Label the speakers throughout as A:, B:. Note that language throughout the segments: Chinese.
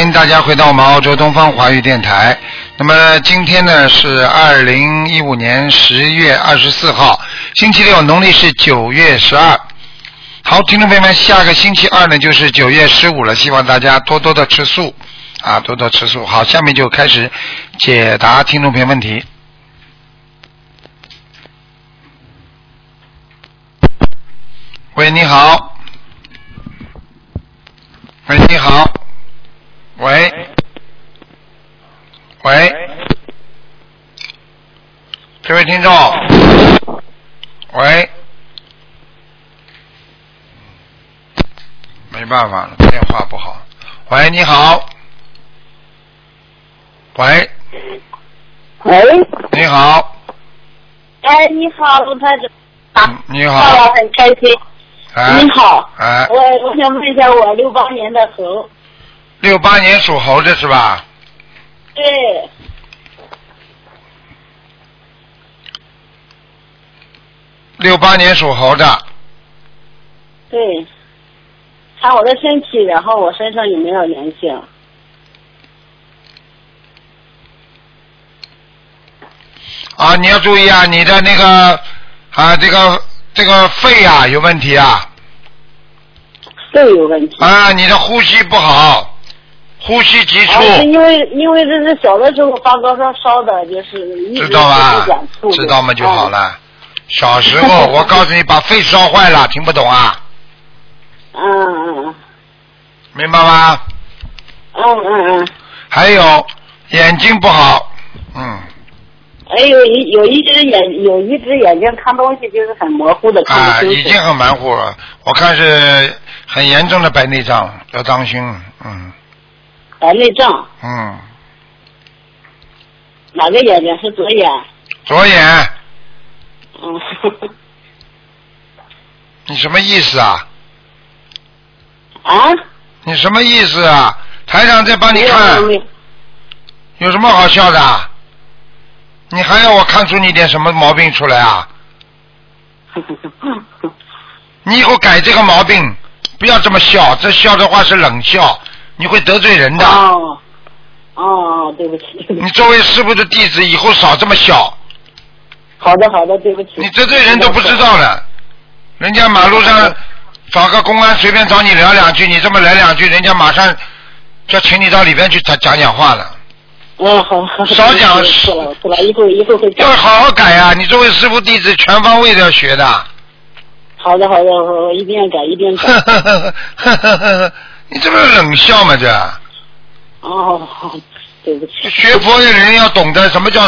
A: 迎大家回到我们澳洲东方华语电台。那么今天呢是二零一五年十月二十四号，星期六，农历是九月十二。好，听众朋友们，下个星期二呢就是九月十五了，希望大家多多的吃素啊，多多吃素。好，下面就开始解答听众朋友问题。喂，你好。喂，你好。喂。喂。这位听众。喂。没办法了，电话不好。喂，你好。喂，
B: 喂，
A: 你好，
B: 哎，你好，卢台长，
A: 嗯你
B: 到
A: 好
B: 了，很开心。
A: 哎
B: 啊你，好，
A: 哎，
B: 我我想问一下，我六八年的猴，
A: 六八年属猴的是吧？
B: 对，
A: 六八年属猴的，
B: 对，看我的身体，然后我身上有没有灵性？
A: 啊，你要注意啊，你的那个啊，这个这个肺啊有问题啊，
B: 肺有问题。
A: 啊，你的呼吸不好，呼吸急促
B: 啊，是因为因为这是小的时候发高烧烧的，就是一直
A: 知道吧
B: 不管吐的，
A: 知道吗就好
B: 啊
A: 了。小 时候，我告诉你，把肺烧坏了，听不懂啊，
B: 嗯。嗯
A: 明白吗？
B: 嗯嗯嗯嗯，
A: 还有眼睛不好，嗯，
B: 哎，有一有一只眼有一只眼睛看东西就是很模糊 的，看
A: 啊，
B: 不
A: 已
B: 清楚。
A: 经很模糊了，我看是很严重的白内障了，要当心，嗯
B: 白哎内障，
A: 嗯，
B: 哪个眼睛是左眼？
A: 左眼，
B: 嗯，
A: 你什么意思啊？
B: 啊？
A: 你什么意思啊？台长在帮你
B: 没有
A: 看，
B: 没有
A: 有什么好笑的啊？你还要我看出你点什么毛病出来啊？你以后改这个毛病，不要这么笑，这笑的话是冷笑，你会得罪人的。
B: 哦哦，对不 起，对不
A: 你
B: 起。
A: 作为师傅的弟子，以后少这么笑，
B: 好的好的，对不起。
A: 你得罪人都不知。道了。人家马路上找个公安随便找你聊两句，你这么来两句，人家马上就请你到里边去讲讲讲话了。
C: 哦
B: 嗯，好好。
A: 少讲
B: 对不起错了错了，一会儿一会儿会
A: 要
B: 讲。
A: 好好改啊！你作为师傅弟子，全方位的要学的。
B: 好的好的，我我一定要改，一定要改。
A: 你这不是冷笑吗？这
B: 哦，好对不起。
A: 学佛的人要懂得什么叫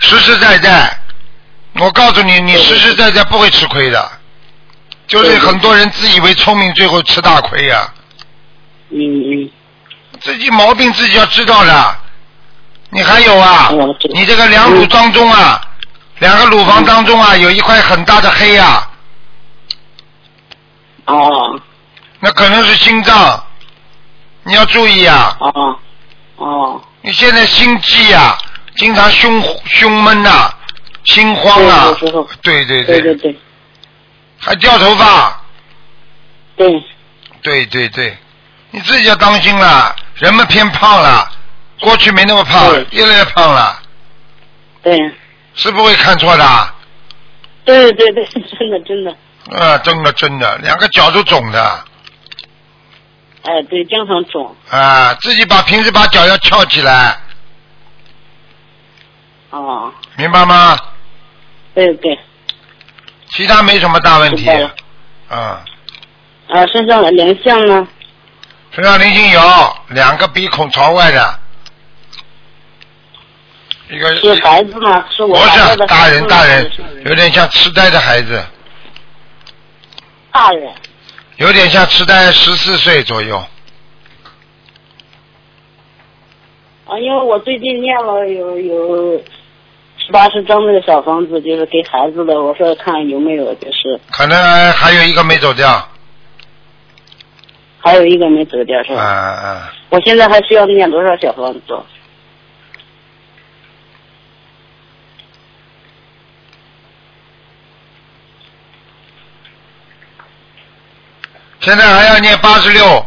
A: 实实在在。我告诉你，你实实在在不会吃亏的。就是很多人自以为聪明，最后吃大亏呀、
B: 嗯嗯，
A: 自己毛病自己要知道的。你还有啊
B: 嗯我知，道
A: 你这个两乳当中啊，两个乳房当中啊，
B: 嗯
A: 有一块很大的黑呀、啊，
B: 哦
A: 那可能是心脏，你要注意啊。
B: 哦哦
A: 你现在心悸啊，经常胸胸闷呐、心慌啊
B: 对有时候，
A: 对对
B: 对对对
A: 还掉头发，
B: 对，
A: 对对对，你自己要当心了。人们偏胖了，过去没那么胖
B: 对，
A: 越来越胖了，
B: 对
A: 是不会看错的啊。
B: 对对对，真的真的，
A: 啊，真的真的，两个脚都肿的
B: 哎，对，经常肿。
A: 啊！自己把平时把脚要翘起来，
B: 哦，
A: 明白吗？
B: 对嗯对，
A: 其他没什么大问
B: 明
A: 题
B: 白了。
A: 啊，
B: 啊，身上的灵性呢？
A: 身上灵性有两个鼻孔朝外的，一个
B: 是孩子吗？是我
A: 不
B: 孩
A: 是
B: 子的
A: 大
B: 孩子
A: 人，
B: 吗
A: 大人有点像痴呆的孩子，
B: 大人。
A: 有点像痴呆，十四岁左右。
B: 啊，因为我最近念了有有十八十张那个小房子，就是给孩子的，我说看有没有，就是
A: 可能呃还有一个没走掉，啊
B: 还有一个没走掉是吧？
A: 啊！
B: 我现在还需要念多少小房子？
A: 现在还要念八十六，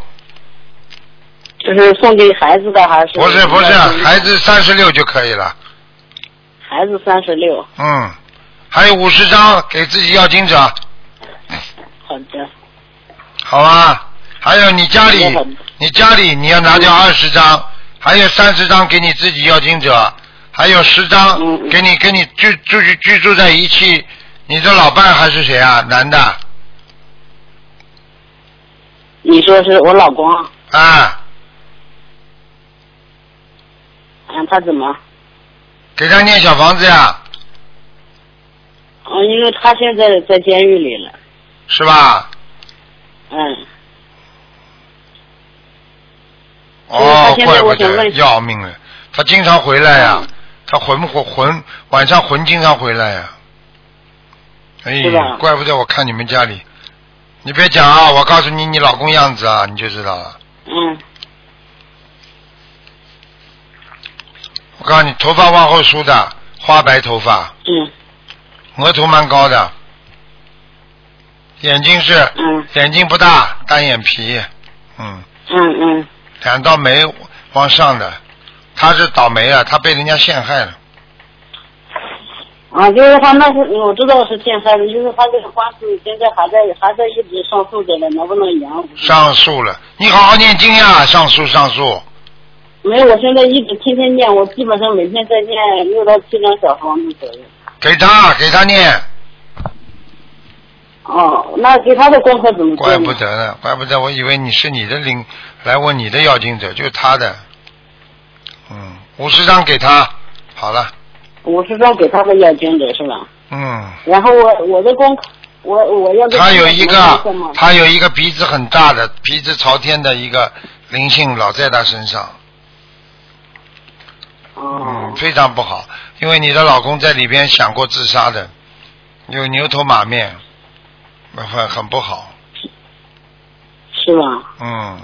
B: 就是送给孩子的还是？
A: 不是不是，孩子三十六就可以了。
B: 孩子三十六。
A: 嗯，还有五十张给自己要经者，
B: 好的，
A: 好吧？还有你家里
B: 好的，
A: 你家里你要拿掉
B: 嗯
A: 二十张，还有三十张给你自己要经者，还有十张
B: 嗯嗯
A: 给你跟你居住居居住在一起，你的老伴还是谁啊？男的
B: 你说是我老公啊，
A: 啊，
B: 嗯，他怎么？
A: 给他念小房子呀，
B: 嗯，因为他现在在监狱里了，
A: 是吧？
B: 嗯，
A: 哦，
B: 对他现
A: 怪
B: 在
A: 不
B: 我想
A: 得
B: 问
A: 要命了，他经常回来呀、啊
B: 嗯
A: 他魂魂魂晚上魂经常回来呀、啊哎
B: 是吧
A: 怪不得我看你们家里，你别讲啊，我告诉你，你老公样子啊，你就知道了。
B: 嗯，
A: 我告诉你，头发往后梳的，花白头发，
B: 嗯，
A: 额头蛮高的，眼睛是
B: 嗯，
A: 眼睛不大，单眼皮，嗯，
B: 嗯，嗯，
A: 两道眉往上的，他是倒霉啊，他被人家陷害了。
B: 啊，就是他那是我知道是欠孩子，就是他这个官司现在还在还在一直上诉着呢，能不能赢？
A: 上诉了，你好好念经呀！上诉上诉，
B: 没有，我现在一直天天念，我基本上每天在念六到七张小房子左右。
A: 给他给他念，
B: 哦，那给他的功课怎么做
A: 怪
B: 呢？
A: 不得
B: 嗯
A: 呢，怪不得我以为你是你的灵来问你的要经者，就是他的，嗯，五十张给他，好了，
B: 我是说给他的要经者是吧？
A: 嗯，
B: 然后我我的功课，我我要给
A: 他有
B: 什
A: 一
B: 么功课
A: 个
B: 吗
A: 他有一个鼻子很大的鼻子朝天的一个灵性老在他身上，
B: 哦
A: 嗯，，非常不好，因为你的老公在里边想过自杀的，有牛头马面，很很不好，
B: 是吧？
A: 嗯。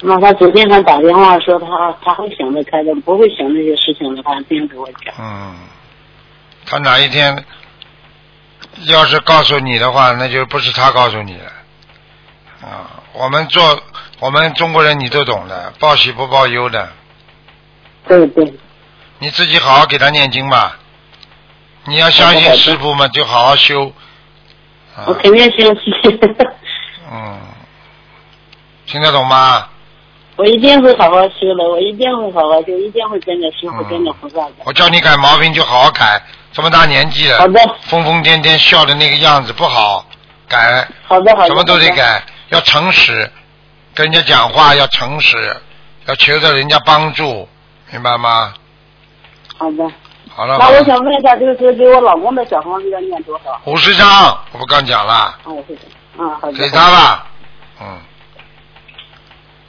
B: 那他昨天还打电话说他他会想得开的，不会想那些事情的，他一定给我讲。
A: 嗯，他哪一天要是告诉你的话，那就不是他告诉你了。啊，我们做我们中国人你都懂的，报喜不报忧的，
B: 对对，
A: 你自己好好给他念经吧。你要相
B: 好
A: 信
B: 的
A: 师傅嘛，就好好修。啊
B: 我，肯定相信，
A: 嗯，听得懂吗？
B: 我一定会好好修的，我一定会好好修，一定会跟着师傅、
A: 嗯
B: 跟着菩萨的。
A: 我叫你改毛病就好好改，这么大年纪
B: 好
A: 了，
B: 的，
A: 疯疯癫癫笑的那个样子不好，改。
B: 好的，好的。
A: 什么都得
B: 好的。
A: 改，要诚实，跟人家讲话要诚实，要求着人家帮助，明白吗？
B: 好的，
A: 嗯好了，
B: 那我想问一下，就是给我老公的小房子要念多少？
A: 五十张，我不刚讲了，
B: 啊，我会的。嗯，好的。
A: 给他吧，嗯，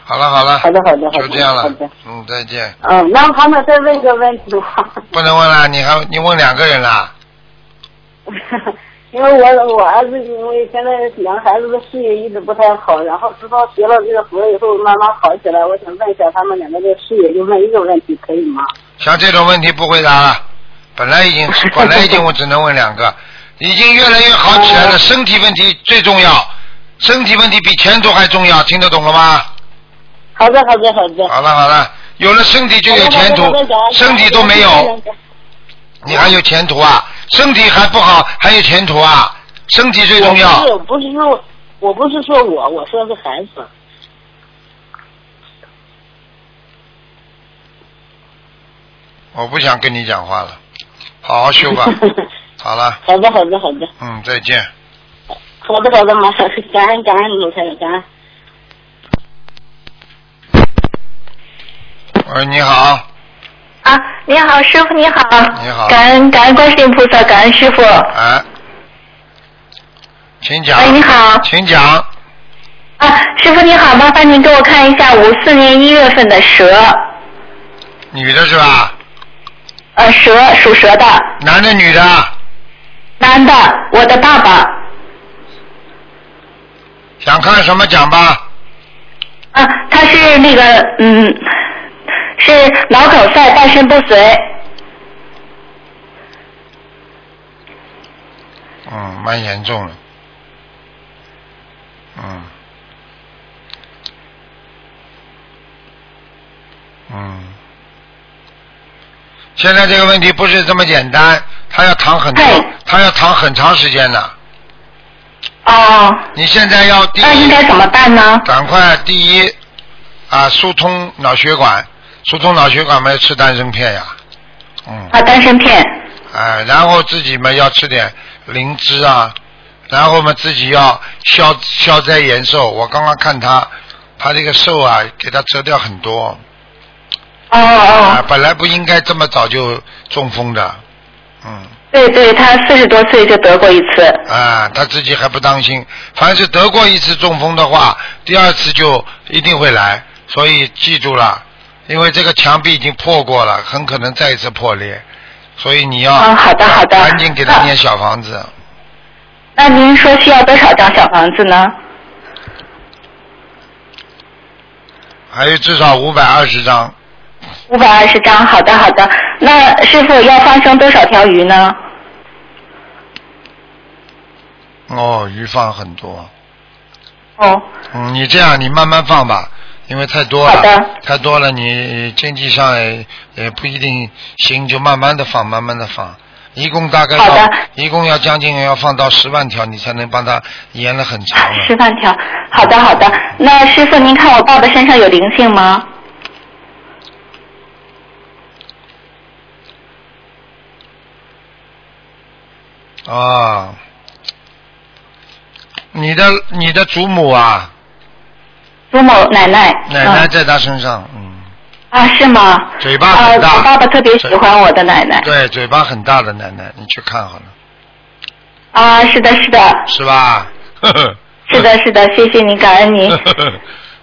A: 好了好了，
B: 好的，好的，好的。
A: 就这样
B: 好
A: 了
B: 的，
A: 嗯，再见，
B: 嗯，那他们再问一个问题吧。
A: 不能问了，你还你问两个人啦，
B: 因为呃我我儿子因为现在两个孩子的事业一直不太好，然后直到学了这个佛以后慢慢好起来。我想问一下他们两个的事业，就问一个问题可以吗？
A: 像这种问题不回答了，本来已 经本来已经我只能问两个，已经越来越好起来了，
B: 哦
A: 身体问题最重要，身体问题比前途还重要，听得懂了吗？
B: 好的，好的，好的。
A: 好了好了，有了身体就有前途
B: 好的好的好的感，恩
A: 身体都没有，。你还有前途啊？身体还不好，还有前途啊？身体最重要。
B: 我不是，不是说，我不是说我，我说是孩子。
A: 我不想跟你讲话了，好好修 吧。好了，
B: 好的，好的，好的，
A: 嗯，再见。
B: 好的，好的，马上感恩感恩卢太太，感恩。
A: 喂，你好，
D: 啊，你好，师傅你好。
A: 你好
D: 感恩感恩观世音菩萨，感恩师傅。
A: 哎，请讲。
D: 喂，你好。
A: 请讲。
D: 啊，师傅你好，麻烦您给我看一下五四年一月份的蛇，
A: 女的是吧？
D: 呃，蛇属蛇的，
A: 男的女的？
D: 男的，我的爸爸。
A: 想看什么讲吧？
D: 啊，他是那个嗯，是脑梗塞，半身不遂。
A: 嗯，蛮严重的。嗯，嗯，现在这个问题不是这么简单，他要躺很
D: 对
A: 长，他要躺很长时间呢。
D: 哦，
A: 你现在要第
D: 那应
A: 一，
D: 该怎么办呢？
A: 赶快第一啊，疏通脑血管，疏通脑血管嘛要吃丹参片呀，嗯，
D: 啊，丹参片。
A: 哎，然后自己嘛要吃点灵芝啊，然后嘛自己要消消灾延寿。我刚刚看他，他这个寿啊，给他折掉很多
D: 哦
A: 啊
D: 哦，，
A: 本来不应该这么早就中风的，嗯。
D: 对对，他四十多岁就得过一次。
A: 啊，他自己还不当心。凡是得过一次中风的话，第二次就一定会来，所以记住了，因为这个墙壁已经破过了，很可能再一次破裂，所以你要、
D: 嗯好的好的
A: 赶紧给他
D: 好
A: 念小房子。
D: 那您说需要多少张小房子呢？
A: 还有至少五百二十张，
D: 五百二十张，好的好的。那师傅要放生多少条鱼呢？
A: 哦，鱼放很多。
D: 哦，
A: 嗯，你这样你慢慢放吧，因为太多
D: 好
A: 了
D: 的，
A: 太多了，你经济上也也不一定行，就慢慢的放，慢慢的放。一共大概
D: 好
A: 要
D: 的，
A: 一共要将近要放到十万条，你才能帮它延了很长了。
D: 十万条。好的好的。那师傅您看我爸爸身上有灵性吗？
A: 啊，你的你的祖母啊，
D: 朱某奶奶。
A: 奶奶
D: 嗯
A: 在她身上，嗯，
D: 啊，是吗？
A: 嘴巴很大
D: 啊，我爸爸特别喜欢我的奶奶。
A: 对，嘴巴很大的奶奶，你去看好了，
D: 啊，是的，是的，
A: 是吧？ 呵呵
D: 是
A: 嗯
D: 的，是的，谢谢您，感恩您，师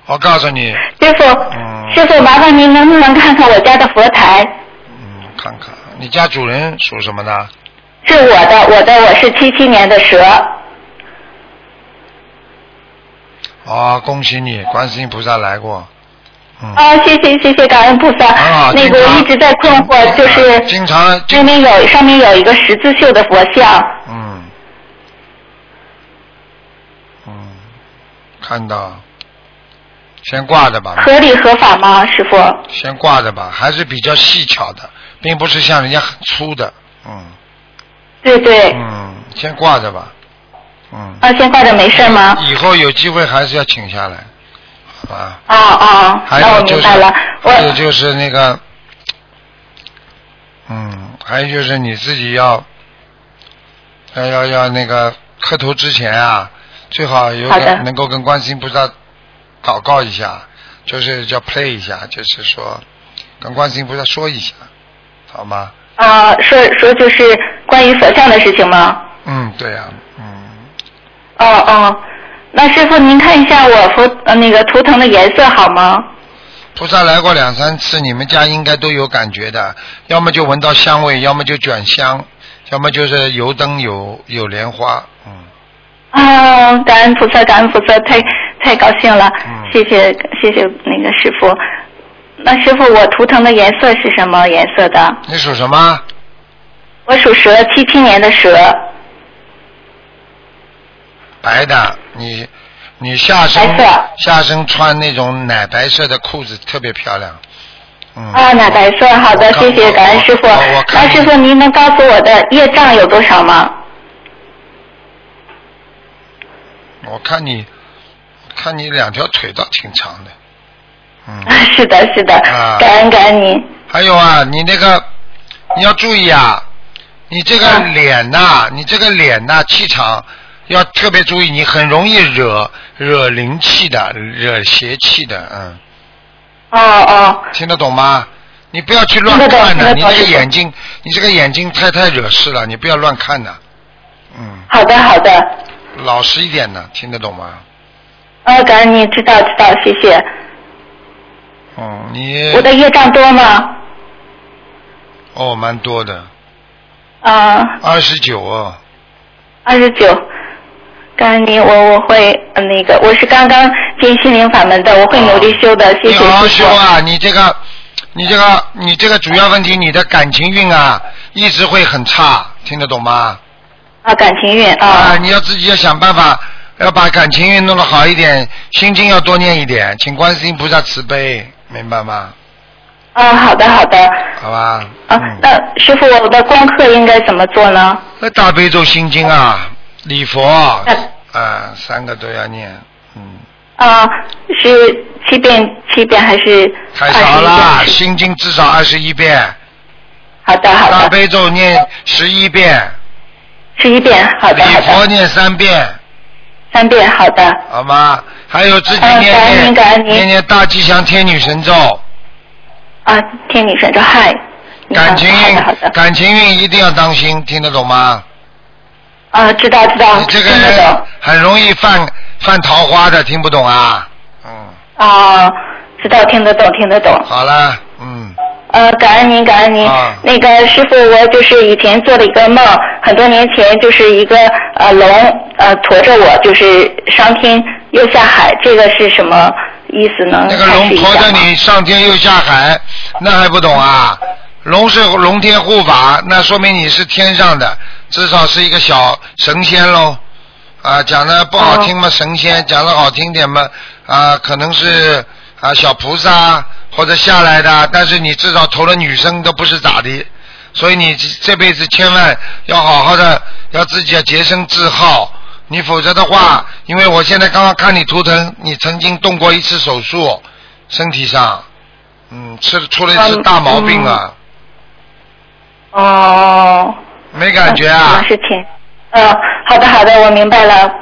A: 我告诉你，
D: 傅，
A: 嗯
D: 师傅，麻烦您能不能看看我家的佛台？
A: 嗯，看看你家主人属什么的？
D: 是我的，我的，我是七七年的蛇。
A: 哦，恭喜你，观世音菩萨来过。嗯，
D: 啊，谢谢谢谢，感恩菩萨
A: 很好。。
D: 那
A: 经
D: 个我
A: 常
D: 一直在困惑，就
A: 啊
D: 是
A: 经常
D: 那
A: 经
D: 边有上面有一个十字绣的佛像，
A: 嗯嗯，看到，先挂着吧，
D: 合理合法吗，师傅？
A: 先挂着吧，还是比较细巧的，并不是像人家很粗的。嗯
D: 对对。
A: 嗯，先挂着吧。嗯，
D: 啊，先挂着没事吗？
A: 以后有机会还是要请下来，好吧？
D: 哦哦，
A: 还
D: 那我
A: 有就
D: 明
A: 是，
D: 白了。我
A: 还有就是那个，嗯，还有就是你自己要，要要要那个磕头之前啊，最好有
D: 好
A: 个
D: 的
A: 能够跟观世音菩萨祷告一下，就是叫 play 一下，就是说跟观世音菩萨说一下，好吗？
D: 啊，说说就是关于佛像的事情吗？
A: 嗯，对呀、嗯，
D: 哦哦，那师傅您看一下我佛呃那个图腾的颜色好吗？
A: 菩萨来过两三次，你们家应该都有感觉的，要么就闻到香味，要么就卷香，要么就是油灯有有莲花，嗯。
D: 啊，感恩菩萨，感恩菩萨，太太高兴了，
A: 嗯
D: 谢谢谢谢那个师傅。那师傅，我图腾的颜色是什么颜色的？
A: 你属什么？
D: 我属蛇，七七年的蛇。
A: 白的，你你下身
D: 白色
A: 下身穿那种奶白色的裤子特别漂亮，嗯。
D: 啊，奶白色，好的
A: 我，看
D: 谢谢，
A: 我
D: 感恩师傅
A: 我我。看
D: 那
A: 你
D: 师傅，您能告诉我的业障有多少吗？
A: 我看你，看你两条腿倒挺长的，嗯。
D: 是的，是的
A: 啊，
D: 感恩感恩您。
A: 还有啊，你那个你要注意啊，你这个
D: 嗯
A: 脸呐、你这个脸呐、气场要特别注意，你很容易惹惹灵气的，惹邪气的，嗯。
D: 哦哦，
A: 听得懂吗？你不要去乱
D: 听得懂
A: 看的，
D: 听得
A: 你
D: 懂
A: 这个眼睛，你这个眼睛太太惹事了，你不要乱看的。嗯，
D: 好的好的，
A: 老实一点的，听得懂吗？
D: 呃，感恩您，知道知道，谢谢。
A: 嗯，你
D: 我的业障多吗？
A: 哦，蛮多的，
D: 啊、
A: 二十九哦，
D: 二十九。感恩您，我我会呃那个，我是刚刚进心灵法门的，我会努力修的，谢
A: 哦你
D: 谢
A: 好好
D: 师
A: 修
D: 傅。
A: 啊！你这个，你这个，你这个主要问题，你的感情运啊，一直会很差，听得懂吗？
D: 啊，感情运
A: 啊，
D: 啊，
A: 你要自己要想办法，要把感情运弄得好一点，心经要多念一点，请观世音菩萨慈悲，明白吗？
D: 啊，好的好的。
A: 好吧？
D: 啊，
A: 嗯，
D: 那师傅，我的功课应该怎么做呢？
A: 那大悲咒心经啊，礼佛啊
D: 嗯，
A: 啊，三个都要念，嗯，
D: 啊，是七遍七遍还是二
A: 太
D: 十
A: 少啦，
D: 一遍？
A: 心经至少二十一遍，
D: 好的
A: 大
D: 好的，
A: 悲咒念十一遍，
D: 十一遍，好
A: 礼
D: 的好
A: 佛
D: 的，
A: 念三遍，
D: 三遍，好的，
A: 好吗？还有自己
D: 嗯感恩
A: 念
D: 您感
A: 念
D: 恩您
A: 念念大吉祥天女神咒，
D: 啊，听你神说嗨，你好
A: 感情
D: 嗯好的好
A: 运
D: 的，
A: 感情运一定要当心，听得懂吗？
D: 啊，知道知道
A: 你，这
D: 听
A: 个
D: 得
A: 人
D: 懂，
A: 很容易犯犯桃花的，听不懂啊？嗯，
D: 啊，知道听得懂听得懂，
A: 好了，嗯，
D: 呃，感恩您，感恩您。
A: 啊
D: 那个师傅，我就是以前做了一个梦，很多年前就是一个呃龙呃驮着我，就是上天又下海，这个是什么意思呢？
A: 那个
D: 开
A: 龙
D: 始一下
A: 驮着
D: 吗
A: 你上天又下海，那还不懂啊？龙是龙天护法，那说明你是天上的，至少是一个小神仙喽。啊，讲的不好听嘛，神仙；讲的好听点嘛，啊，可能是啊小菩萨或者下来的，但是你至少投了女生都不是咋的，所以你这这辈子千万要好好的，要自己要洁身自好，你否则的话，因为我现在刚刚看你图腾，你曾经动过一次手术，身体上，嗯，吃出了一次
D: 嗯
A: 大毛病啊，
D: 哦，
A: 没感觉啊？
D: 嗯是挺，嗯，好的好的，我明白了。嗯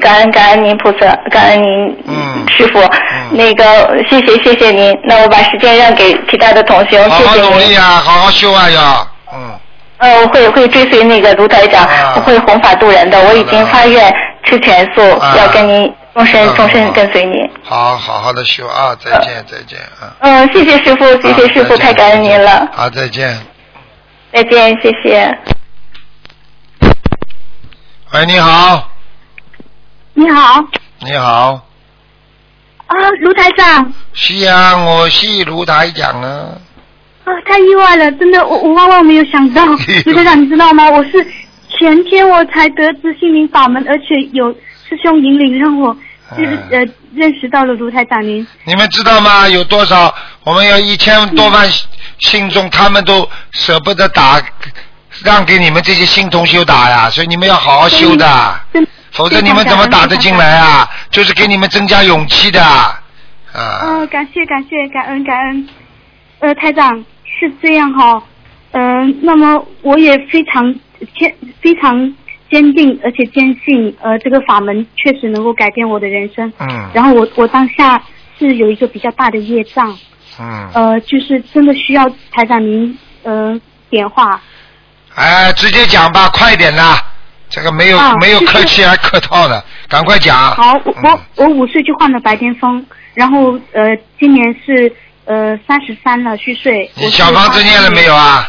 D: 感恩感恩您菩萨，感恩您、
A: 嗯
D: 师傅。
A: 嗯
D: 那个谢谢谢谢您，那我把时间让给其他的同学，
A: 好
D: 谢
A: 好
D: 谢
A: 努
D: 您
A: 力。啊，好好修啊要，嗯。
D: 呃，我会会追随那个卢台长，
A: 啊
D: 我会弘法度人的。我已经发愿吃全素，
A: 啊
D: 要跟您终身、
A: 啊
D: 终身跟随您。
A: 好好好的修啊，再见再见啊！
D: 嗯，谢谢师傅，谢谢师
A: 啊
D: 傅，
A: 再见
D: 太感恩您了。
A: 好，再见。
D: 再见，谢谢。
A: 喂，你好，
E: 你好
A: 你好，
E: 啊，卢台长
A: 是啊，我是卢台讲啊。
E: 啊，太意外了，真的，我我万万没有 想到，
A: 哎
E: 卢台长，你知道吗？我是前天我才得知心灵法门，而且有师兄引领，让我就是
A: 哎
E: 呃认识到了卢台长您。
A: 你们知道吗？有多少？我们有一千多万信众，他们都舍不得打，让给你们这些新同修打呀，所以你们要好好修的，
E: 真
A: 否则你们怎么打得进来啊？就是给你们增加勇气的啊。
E: 啊、感谢感谢，感恩感恩。呃，台长是这样哈、嗯、那么我也非常坚非常坚定，而且坚信呃这个法门确实能够改变我的人生。
A: 嗯
E: 然后我我当下是有一个比较大的业障，
A: 嗯。
F: 啊
E: 呃，就是真的需要台长您呃点化。
A: 哎，直接讲吧，快点呐！这个没有、
E: 啊
A: 没有客气还客套的，赶快讲。
E: 好，我
A: 嗯
E: 我我五岁就患了白癜风，然后呃今年是呃三十三了虚岁。
A: 你小房子念了没
E: 有？
A: 有啊？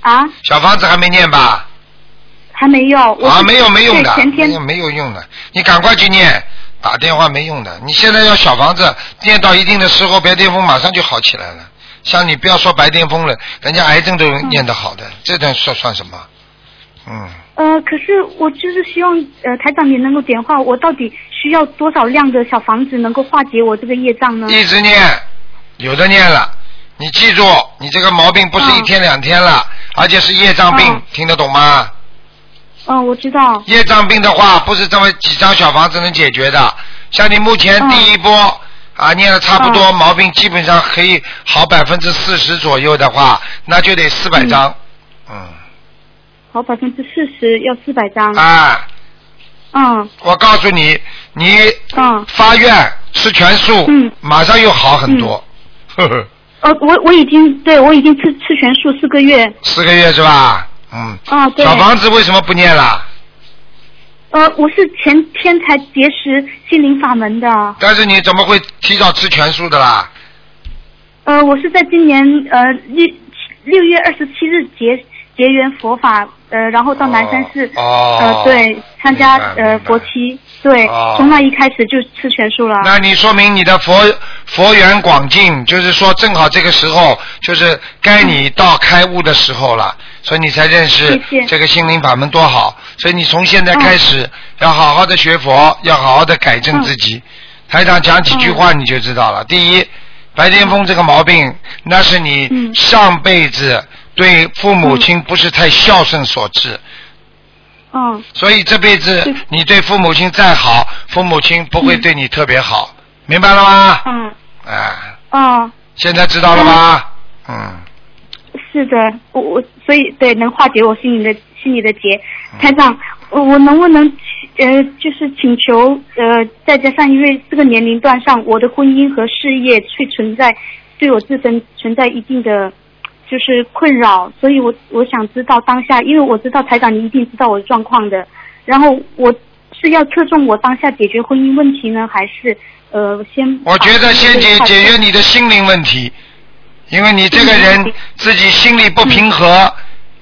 E: 啊，
A: 小房子还没念吧？
E: 还没有。我
A: 啊，
E: 是
A: 没有没用的
E: 对，前
A: 没
E: 天
A: 有没有用的，你赶快去念，打电话没用的。你现在要小房子念到一定的时候，白癜风马上就好起来了。像你不要说白癜风了，人家癌症都
E: 嗯
A: 能念得好的，这段算算什么？嗯，
E: 呃，可是我就是希望呃台长你能够点化我，到底需要多少量的小房子能够化解我这个业障呢？
A: 一直念，有的念了。你记住，你这个毛病不是一
E: 嗯
A: 天两天了，而且是业障病，
E: 嗯
A: 听得懂吗？
E: 嗯、我知道。
A: 业障病的话，不是这么几张小房子能解决的。像你目前
E: 嗯
A: 第一波、啊，念了差不多，毛病基本上可以好百分之四十左右的话，那就得四百张。嗯，
E: 好，百分之四十要四百张。
A: 啊，
E: 嗯
A: 我告诉你，你
E: 嗯，
A: 发愿吃全素，
E: 嗯
A: 马上又好很多。呵呵，
E: 呃，我我已经对我已经吃吃全素四个月。
A: 四个月是吧？嗯。
E: 啊，对。
A: 小房子为什么不念了？
E: 呃，我是前天才结识心灵法门的。
A: 但是你怎么会提早吃全素的啦？
E: 呃，我是在今年呃六六月二十七日结结缘佛法，呃，然后到南山寺，
A: 哦
E: 呃，对，参加
A: 明白
E: 呃
A: 明白
E: 佛七，对，
A: 哦
E: 从那一开始就吃全素了。
A: 那你说明你的佛佛缘广进，就是说正好这个时候，就是该你到开悟的时候了，所以你才认识
E: 谢嗯谢
A: 这个心灵法门多好。所以你从现在开始要好好
E: 嗯
A: 的学佛，要好好的改正自己。台长讲几句话你就知道了。第一，白癜风这个毛病，那是你
E: 嗯
A: 上辈子对父母亲不是太孝顺所致。
E: 嗯
A: 所以这辈子
E: 对
A: 你对父母亲再好，父母亲不会
E: 嗯
A: 对你特别好，明白了吗？
E: 嗯
A: 啊，
E: 嗯，
A: 现在知道了吧？嗯，
E: 是的，我我所以对能化解我心里的心里的结。
A: 嗯
E: 台长，我我能不能呃，就是请求呃，再加上因为这个年龄段上，我的婚姻和事业却存在对我自身存在一定的就是困扰，所以我我想知道当下，因为我知道台长你一定知道我的状况的，然后我是要侧重我当下解决婚姻问题呢，还是呃先把
A: 我觉得先解
E: 这个
A: 解决你的心灵问题，因为你这个人
E: 嗯
A: 自己心里不平和，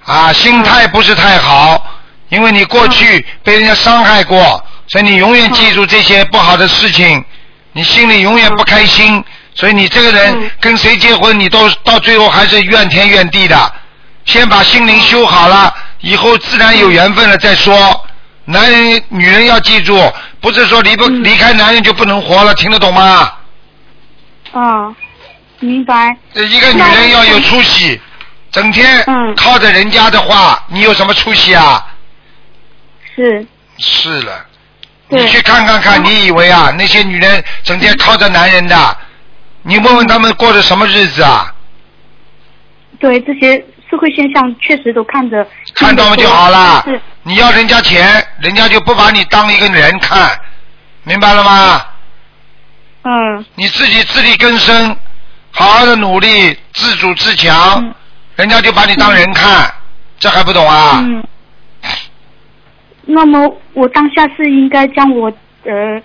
A: 啊，心态不是太好，
E: 嗯
A: 因为你过去被人家伤害过，所以你永远记住这些不好的事
E: 嗯
A: 情，你心里永远不开心，所以你这个人
E: 嗯
A: 跟谁结婚，你都到最后还是怨天怨地的。先把心灵修好
E: 嗯
A: 了，以后自然有缘分了再说。男人、女人要记住，不是说离不、
E: 嗯
A: 离开男人就不能活了，听得懂吗？
E: 嗯，明白。
A: 呃一个女人要有出息，整天
E: 嗯
A: 靠着人家的话，你有什么出息啊？
E: 是，
A: 是了，
E: 对嗯
A: 你去看看看，你以为啊那些女人整天靠着男人的，你问问他们过着什么日子啊？
E: 嗯对这些社会现象确实都看着
A: 看到了就好了
E: 嗯是，。
A: 你要人家钱，人家就不把你当一个人看，明白了吗？
E: 嗯
A: 你自己自力更生，好好的努力，自主自强，
E: 嗯
A: 人家就把你当人看，这还不懂啊？
E: 嗯。那么我当下是应该将我呃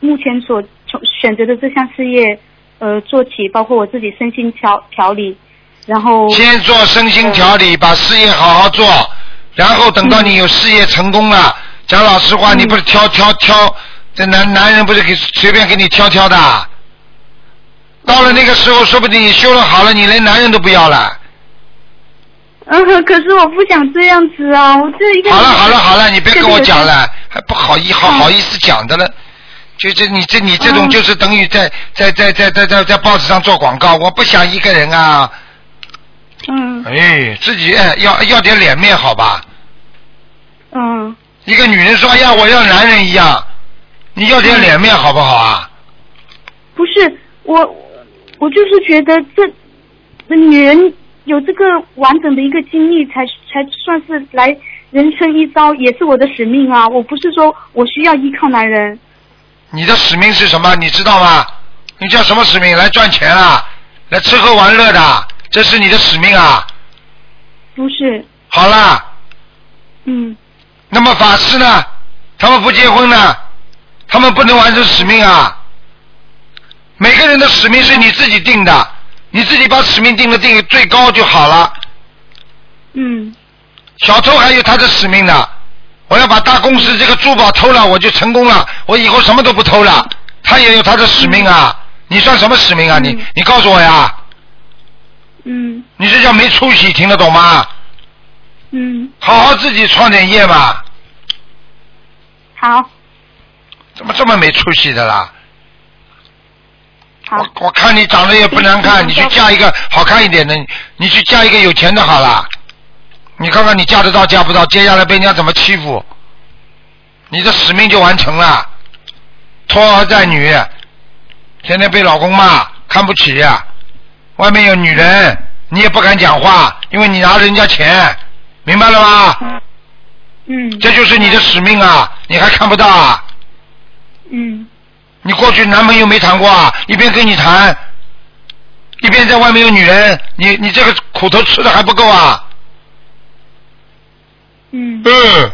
E: 目前所从选择的这项事业呃做起，包括我自己身心调调理，然后
A: 先做身心调
E: 哦
A: 理，把事业好好做，然后等到你有事业成功了，讲老实话，
E: 嗯
A: 你不是挑挑挑，这男男人不是给随便给你挑挑的啊，到了那个时候，说不定你修了好了，你连男人都不要了。
E: 嗯，可是我不想这样子啊，我这一个
A: 好了好了好了，你别跟我讲
E: 这个
A: 了，还不好意好
E: 嗯
A: 好意思讲的了。就这你这你这种
E: 嗯
A: 就是等于在在在在在在在报纸上做广告，我不想一个人啊，
E: 嗯
A: 哎，自己哎要要点脸面好吧？
E: 嗯
A: 一个女人说：“哎呀，我要男人一样，你要点脸面好不好啊？
E: 不是我，我就是觉得这女人有这个完整的一个经历才，才算是来人生一遭，也是我的使命啊！我不是说我需要依靠男人，
A: 你的使命是什么？你知道吗？你叫什么使命？来赚钱啊，来吃喝玩乐的，啊这是你的使命啊。
E: 不是，
A: 好啦，
E: 嗯，
A: 那么法师呢？他们不结婚呢？他们不能完成使命啊。每个人的使命是你自己定的，你自己把使命定的定最高就好了。
E: 嗯，
A: 小偷还有他的使命呢。我要把大公司这个珠宝偷了，我就成功了，我以后什么都不偷了。他也有他的使命啊，你算什么使命啊？你
E: 嗯
A: 你告诉我呀，
E: 嗯，
A: 你这叫没出息，听得懂吗？
E: 嗯，
A: 好好自己创点业嘛，
E: 好，
A: 怎么这么没出息的啦？
E: 好，
A: 我我看你长得也不难看，
E: 嗯
A: 你去嫁一个好看一点的，你你去嫁一个有钱的好啦。你看看你嫁得到嫁不到，接下来被人家怎么欺负，你的使命就完成了。拖儿带女，天天被老公骂，看不起、外面有女
E: 嗯
A: 人，你也不敢讲话，因为你拿人家钱，明白了吗？
E: 嗯，
A: 这就是你的使命啊，你还看不到啊？
E: 嗯，
A: 你过去男朋友没谈过啊？一边跟你谈，一边在外面有女人，你你这个苦头吃的还不够啊？
E: 嗯，
A: 嗯，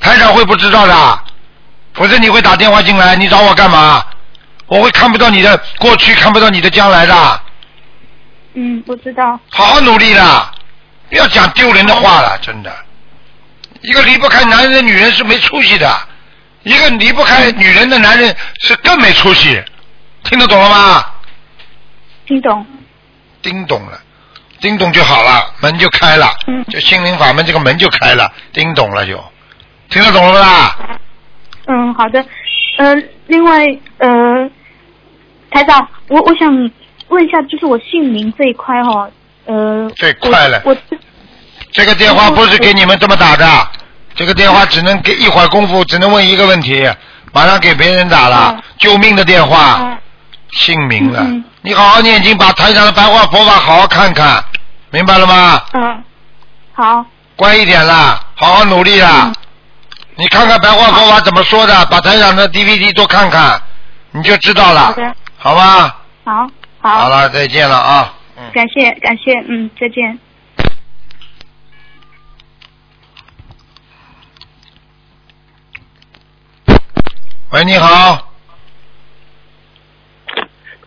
A: 台长会不知道的，否则你会打电话进来，你找我干嘛？我会看不到你的过去，看不到你的将来的。
E: 嗯，我知道，
A: 好好努力啦，不要讲丢人的话了，真的。一个离不开男人的女人是没出息的，一个离不开女人的男人是更没出息，听得懂了吗？
E: 听懂，
A: 叮咚了，叮咚就好了，门就开了，
E: 嗯
A: 就心灵法门这个门就开了，叮咚了就，听得懂了不啦？
E: 嗯，好的。呃，另外呃，台长，我我想问一下，就是我姓名这一块哈、呃，
A: 最快了
E: 我我
A: 这个电话不是给你们这么打的，这个电话只能给一会儿功夫，只能问一个问题，马上给别人打了，救命的电
B: 嗯
A: 话，姓名了
E: 嗯嗯嗯。
A: 你好好念经，把台上的白话佛法好好看看，明白了吗？
E: 嗯，好，
A: 乖一点啦，好好努力啦。
G: 嗯
A: 你看看白话佛法怎么说的，把台长的 DVD 多看看，你就知道
E: 好
A: 了，
E: 的，
A: 好吧？
E: 好，
A: 好
E: 好，
A: 了，再见了啊。嗯。
E: 感谢感谢，嗯，再见。
A: 喂，你好，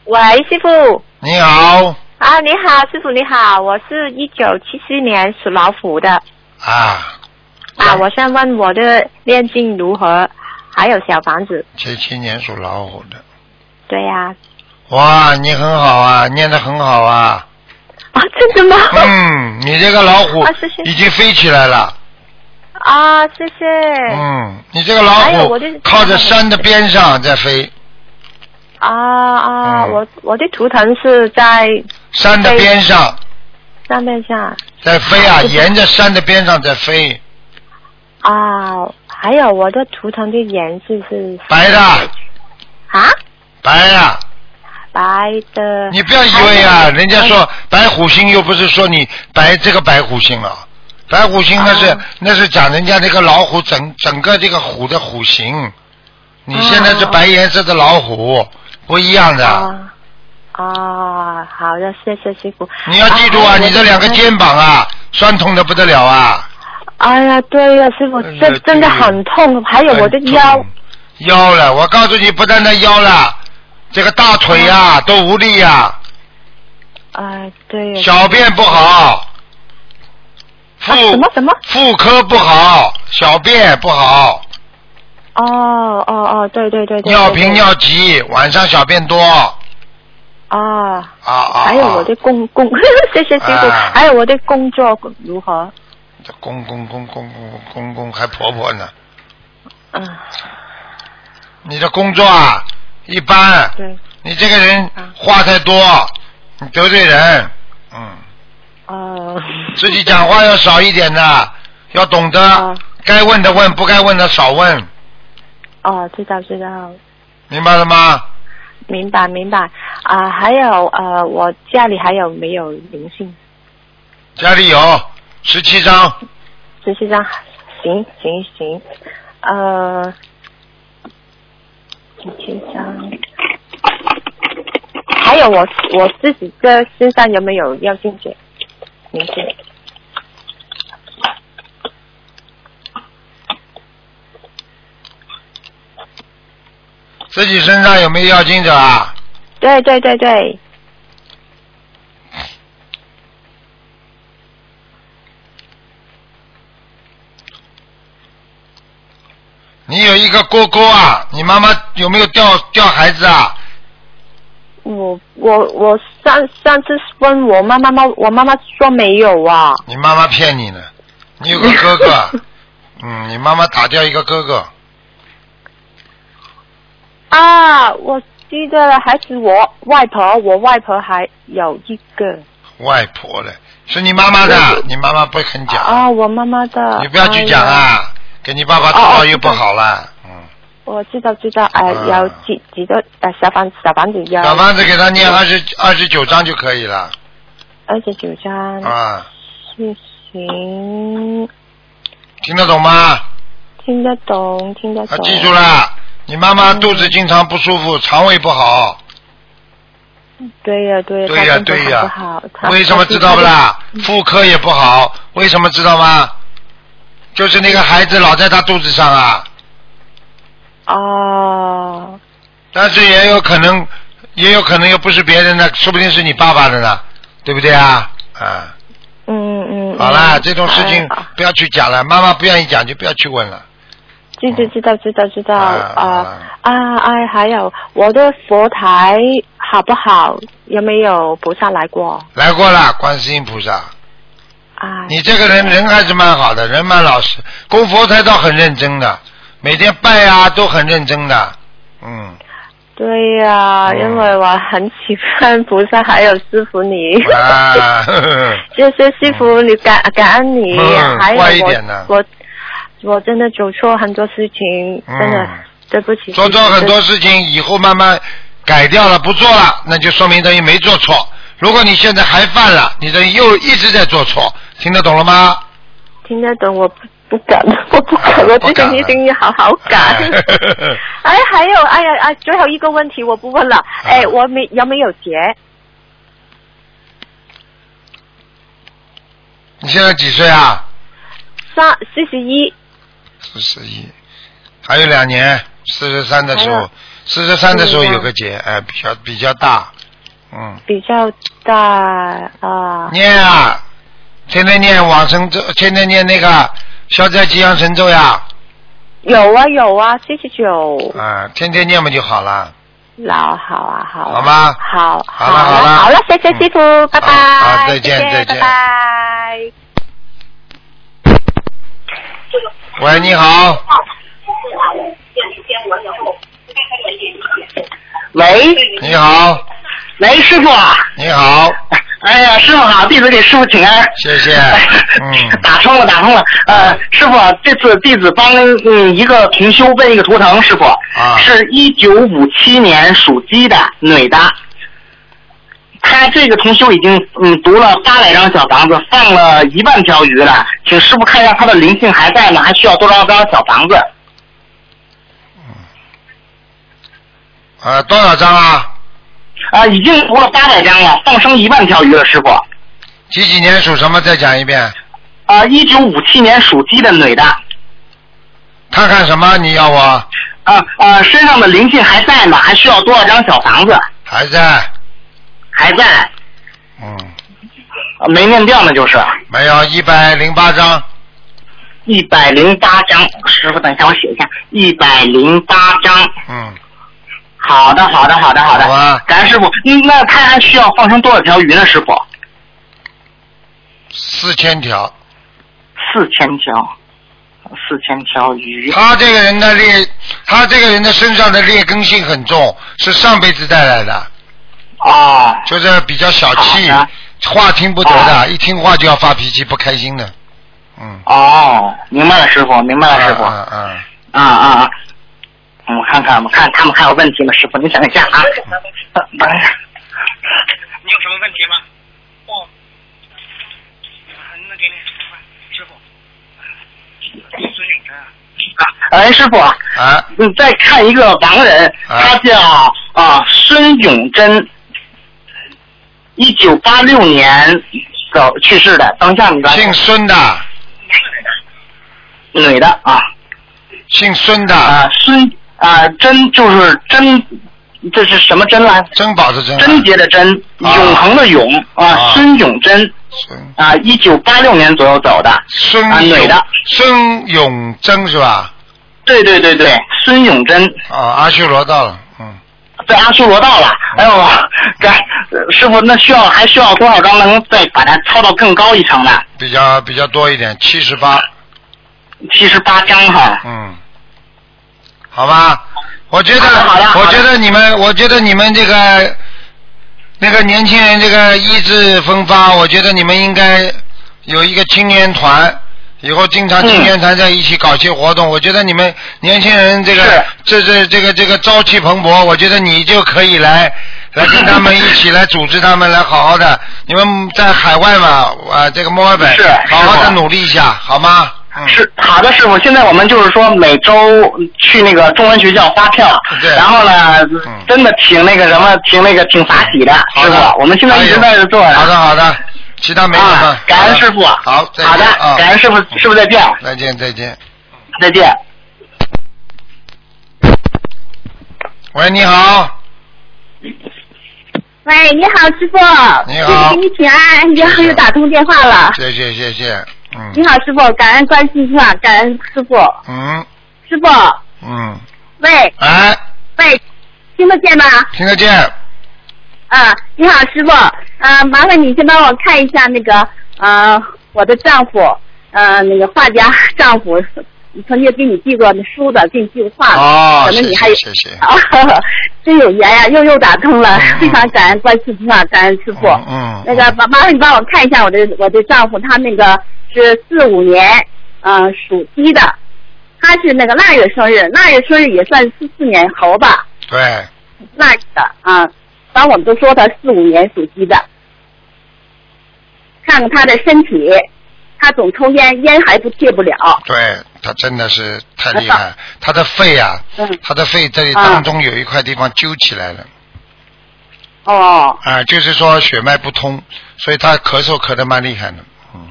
G: 喂，师傅
A: 你好
G: 啊，你好，师傅你好，我是一九七四年属老虎的
A: 啊，
G: 啊，我想问我的炼境如何，还有小房子，
A: 七七年属老虎的，
G: 对呀、
A: 哇，你很好啊，念得很好啊。
G: 啊，真的吗？
A: 嗯，你这个老虎
G: 啊谢谢
A: 已经飞起来了。
G: 啊，谢谢。
A: 嗯，你这个老
G: 还有
A: 虎
G: 哎我的
A: 靠着山的边上在飞，
G: 啊啊，
A: 嗯
G: 我我的图腾是在
A: 山的
G: 飞
A: 边上
G: 上面下
A: 在飞啊，
G: 就是
A: 沿着山的边上在飞。
G: 啊，还有我的图腾的颜色是
A: 白的，
G: 啊
A: 白的，
G: 白的。
A: 你不要以为啊，
G: 还有嗯
A: 人家说白虎星又不是说你白这个白虎星啊，白虎星那是、
G: 哦
A: 那是讲人家这个老虎整整个这个虎的虎形，你现在是
G: 哦
A: 白颜色的老虎，不一样的。
G: 啊啊，好的，谢谢师傅。
A: 你要记住啊，你这两个。肩膀啊，酸痛的不得了啊，
G: 哎呀，对呀，师傅，
A: 哎
G: 这
A: 呀
G: 真的
A: 对
G: 很痛，还有我的
A: 很痛
G: 腰。
A: 腰了，我告诉你，不单单腰了，这个大腿呀、都无力啊呀、
G: 哎，对呀。
A: 小便不好，妇、
G: 啊什么什么？
A: 妇科不好，小便不好，
G: 哦哦哦，对对对对。
A: 尿频
G: 对。
A: 尿急，晚上小便多啊
G: 啊，
A: 啊！啊
G: 还有我的工 工，谢谢师傅。
A: 啊
G: 还有我的工作如何？
A: 这公公公公公公公还婆婆呢，
G: 嗯，
A: 你的工作啊一般，
G: 对。
A: 你这个人
G: 啊
A: 话太多，你得罪人，嗯，
G: 哦。
A: 自己讲话要少一点的，要
G: 啊
A: 懂得该问的问，不该问的少问，
G: 哦，知道知道。
A: 明白了吗？
G: 明白明白啊、还有呃，我家里还有没有灵性？
A: 家里有十七张。
G: 实际上，行行行，呃，十七张，还有我我自己的身上有没有要进去？明显，
A: 自己身上有没有要经者啊？
G: 对对对对，
A: 你有一个哥哥啊，你妈妈有没有掉掉孩子啊？
G: 嗯我我我上上次问我妈妈妈，我妈妈说没有啊。
A: 你妈妈骗你呢，你有个哥 哥，嗯，你妈妈打掉一个哥哥，
G: 啊，我记得了，还是我外婆，我外婆还有一个
A: 外婆嘞，是你妈妈的，啊你妈妈不肯讲，
G: 嗯啊，哦我妈妈的。
A: 你不要去讲
G: 哎呀！
A: 啊，给你爸爸知道又不好了，嗯，
G: 我知道知道，哎、
A: 啊
G: 有几几个呃小房小房子要
A: 小房子给他念二十二十九章就可以了，
G: 二十九张，
A: 啊，
G: 谢行，
A: 听得懂吗？
G: 听得懂听得
A: 啊，
G: 懂。
A: 记住。了，
G: 嗯
A: 你妈妈肚子经常不舒服，肠胃不好，
G: 对呀、对呀、
A: 对呀、
G: 她
A: 对
G: 身体
A: 呀、
G: 好不好她
A: 为什么知道不啦？妇科也不好，为什么知道吗？就
G: 嗯
A: 是那个孩子老在他肚子上啊，
G: 哦
A: 但是也有可能，也有可能又不是别人的，说不定是你爸爸的呢，对不对啊？啊，
G: 嗯嗯。嗯
A: 好啦，这种事情
G: 哎啊
A: 不要去讲了，妈妈不愿意讲就不要去问了。
G: 知道知道知道知道
A: 啊
G: 啊啊哎，还有我的佛台好不好？有没有菩萨来过？
A: 来过了，观世音菩萨，
G: 啊，
A: 你这个人人还是蛮好的，人蛮老实，供佛台倒很认真的，每天拜啊都很认真的，嗯。
G: 对呀、
A: 嗯
G: 因为我很喜欢菩萨，还有师傅你，
A: 啊， 呵呵
G: 谢谢师傅，你感感恩你，
A: 嗯
G: 还有
A: 乖一
G: 我
A: 点呢
G: 我我真的做错很多事情，
A: 嗯
G: 真的对不起。
A: 做错很
G: 对
A: 多事情，以后慢慢改掉了，不做了，那就说明等于没做错。如果你现在还犯了，你等于又一直在做错，听得懂了吗？
G: 听得懂，我不不敢， 我不敢，我
A: 不
G: 最
A: 敢啊
G: 近一定要好好改。哎，还有，哎呀，哎，最后一个问题我不问了。
A: 啊
G: 哎，我没有没有结？
A: 你现在几岁啊？
G: 三四十一，
A: 四十一，还有两年，四十三的时
G: 还
A: 候
G: 有，
A: 四十三的时候有个
G: 嗯
A: 节，哎，比较比较大，嗯，
G: 比较大啊。
A: 念啊，天天念往生咒，天天念那个消灾吉祥神咒呀，
G: 有啊有啊，四十九，
A: 啊，天天念不就好了？
G: 老好啊好啊。
A: 好吗
G: 好，
A: 好了好
G: 好
A: 了
G: 好了，谢谢师傅，拜拜。
A: 好好再见
G: 谢谢
A: 再见
G: 拜拜。
A: 喂，你好，
C: 喂，
A: 你好，
C: 喂，师傅，啊
A: 你好，
C: 哎呀，师傅好，弟子给师傅请安。
A: 谢谢，嗯，
C: 打通了，打通了。呃，师傅，这次弟子帮嗯一个同修问一个图腾，师傅，
A: 啊
C: 是一九五七年属鸡的女的，她这个同修已经嗯读了八百张小房子，放了一万条鱼了，请师傅看一下她的灵性还在吗？还需要多少张小房子？
A: 呃，多少张啊？
C: 啊、已经读了八百张了，放生一万条鱼了，师傅。
A: 几几年属什么？再讲一遍，
C: 啊、1一九五七年属鸡的女的。
A: 看看什么？你要我
C: 啊呃，身上的灵性还在吗？还需要多少张小房子？
A: 还在，
C: 还在，
A: 嗯，
C: 呃没念掉呢，就是
A: 没有一百零八张，
C: 一百零八张。师傅，等一下，我写一下，一百零八张。
A: 嗯，
C: 好的，好的，好的，好的。
A: 好啊吧
C: 感恩师傅，嗯那他还需要放生多少条鱼呢？师傅，
A: 四千条。
C: 四千条，四千条鱼。
A: 他这个人的劣，他这个人的身上的劣根性很重，是上辈子带来的，
C: 哦，
A: 就是比较小气
C: 好的，
A: 话听不得
C: 啊
A: 的，一听话就要发脾气，不开心的。嗯，
C: 哦，明白了，师傅，明白了，师傅。
A: 嗯嗯
C: 啊啊啊！我看看，我看他们还有问题吗？师傅，您等一下啊。等等一下。
H: 你有什么问题吗？哦，那给你师傅，孙永山啊，
C: 哎，师傅，
A: 嗯，啊，
C: 你再看一个盲人，
A: 啊
C: 他叫啊孙永珍，一九八六年走去世的。等一下，你的
A: 姓孙的，
C: 女的啊
A: 姓孙的，
C: 啊孙啊珍就是珍，这是什么珍来？
A: 珍宝是真啊
C: 贞洁的贞，
A: 啊
C: 永恒的永
A: 啊
C: 啊，孙永珍
A: 孙
C: 啊，一九八六年左右走的。啊
A: 孙
C: 女
A: 永
C: 的
A: 孙永珍是吧？
C: 对对对对，孙永珍
A: 啊，阿修罗到了，嗯，
C: 在阿修罗道了。哎呦，该呃师傅，那需要还需要多少张能再把它抄到更高一层呢？
A: 比较比较多一点，七十八，
C: 七十八张哈。
A: 嗯，好吧，我觉得，
C: 好的好的好的
A: 我觉得你们，我觉得你们这个那个年轻人这个意志风发，我觉得你们应该有一个青年团，以后经常
C: 嗯
A: 青年团在一起搞些活动。我觉得你们年轻人这个
C: 是
A: 这这这个这个朝气蓬勃，我觉得你就可以 来。来跟他们一起来组织他们来好好的，你们在海外嘛，啊，这个墨尔本
C: 是，
A: 好好
C: 是
A: 的
C: 我
A: 努力一下，好吗？嗯。
C: 是好的，师傅。现在我们就是说每周去那个中文学校发票，
A: 对嗯
C: 然后呢，真的挺那个什么，挺那个挺法喜的，
A: 好
C: 师
A: 的，
C: 傅。我们现在一直在这做着。
A: 哎呦好的，好的，其他没什么
C: 啊。，感恩师傅。
A: 好，再见
C: 好的
A: 啊，，
C: 感恩师傅，师傅再见，
A: 再见，再见。
C: 再见。
A: 喂，你好，
I: 喂，你好，师傅。
A: 你好
I: 弟子给你请安，你好，又打通电话
C: 啊
I: 了。
A: 谢谢，谢谢，
I: 你
A: 嗯，
I: 好，师傅，感恩关心是吧？感恩师傅。
A: 嗯，
I: 师傅，
A: 嗯，
I: 喂
A: 哎，
I: 喂，听得见吗？
A: 听得见，
I: 啊，你好，师傅。啊，麻烦你先帮我看一下那个，呃，我的丈夫，呃，那个画家丈夫，曾经给你寄过书的，给你寄过画的，
A: 哦，
I: 啊可
A: 谢
I: 能你还
A: 谢谢谢，
I: 啊， 真有缘呀、又又打通了，非常感恩观世音菩萨，感恩师傅。
A: 嗯嗯，
I: 那个，麻麻烦你帮我看一下我的我的丈夫，他那个是四五年，嗯、属鸡的，他是那个腊月生日，腊月生日也算四四年猴吧，
A: 对，
I: 腊月的啊。反正我们都说他四五年属鸡的，看看他的身体，他总抽烟，烟还不戒不了。
A: 对他真的是太厉害，他的肺啊，
I: 嗯，
A: 他的肺这里
I: 啊
A: 当中有一块地方揪起来了，
I: 哦，
A: 啊、就是说血脉不通，所以他咳嗽咳得蛮厉害的，嗯，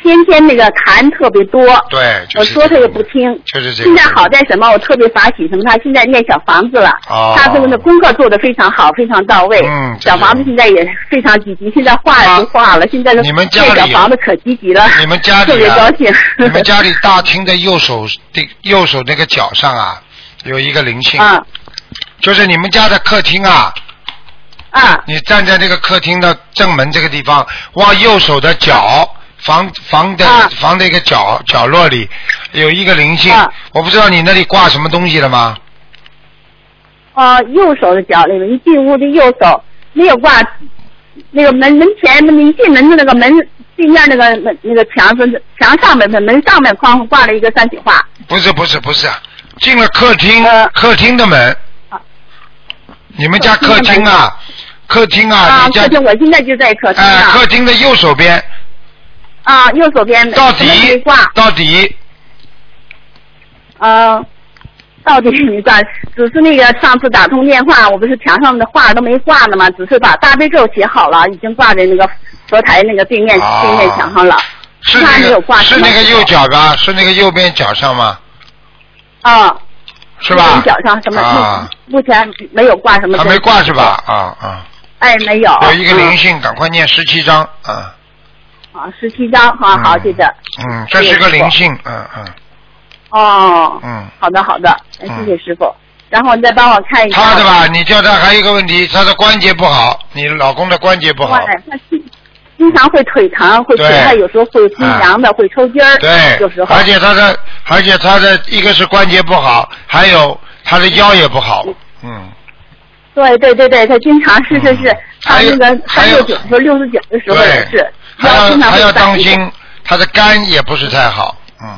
I: 天天那个痰特别多，
A: 对，就
I: 我
A: 是、
I: 说他也不，听。
A: 就是这个。
I: 现在好在什么？我特别法喜什么？他现在念小房子了，
A: 哦
I: 他这个的功课做得非常好，非常到位。
A: 嗯啊
I: 小房子现在也非常积极，现在画也都画了，现在的
A: 你们家里
I: 小房子可积极了，
A: 你们家里、啊、
I: 特别高兴。
A: 你们家里大厅的右手的右手那个角上啊，有一个灵性，
I: 啊
A: 就是你们家的客厅啊，
I: 啊
A: 你站在这个客厅的正门这个地方，往右手的角房房的、
I: 啊
A: 房的一个角角落里有一个灵性、
I: 啊
A: 我不知道你那里挂什么东西了吗？
I: 哦，右手的脚里面，一进屋的右手没有挂，那个门门前那么一进门的那个门对面那个门那个墙是墙上面门门上面框挂了一个山水画。
A: 不是不是不是，进了客厅、
I: 呃
A: 客厅的门、
I: 啊
A: 你们家客厅啊，客厅啊，
I: 啊，
A: 你家
I: 客厅，啊我现在就在客厅
A: 哎、
I: 呢。
A: 客厅的右手边
I: 啊，右手边
A: 到
I: 什么没
A: 底
I: 挂，
A: 到底
I: 呃，到底没挂，只是那个上次打通电话，我不是墙上的画都没挂呢吗？只是把大悲咒写好了，已经挂在那个佛台那个对面、
A: 啊
I: 对面墙上了。
A: 是
I: 那
A: 那
I: 你有挂
A: 个
I: 什
A: 是
I: 么
A: 那个右脚吧？是那个右边脚上吗？
I: 啊，
A: 是吧？
I: 脚上什么？嗯
A: 啊，
I: 目前没有挂什么。
A: 还没挂是吧？？啊啊，
I: 哎，没有。
A: 有一个灵
I: 嗯
A: 性，赶快念十七章啊。
I: 啊，十七张，好好，
A: 嗯
I: 谢谢。
A: 嗯，这是个灵性，嗯嗯
I: 哦，
A: 嗯。
I: 好的好的，哎
A: 嗯
I: 谢谢师傅。然后你再帮我看一下。
A: 他的吧，你叫他还有一个问题，他的关节不好，你老公的关节不好
I: 哇，，他经经常会腿疼，会腿
A: 对啊
I: 他有时候会心凉的，会抽筋儿，
A: 对
I: 有时，候
A: 而且他的，而且他的一个是关节不好，还有他的腰也不好，嗯，
I: 对对对对，他经常是是是
A: 嗯，
I: 他
A: 还有
I: 那个
A: 还
I: 三
A: 有
I: 六九和六十九的时候也是
A: 对，，还
I: 嗯腰经
A: 要
I: 常
A: 还
I: 会
A: 要
I: 闪
A: 当
I: 一下。
A: 心他的肝也不是太好，嗯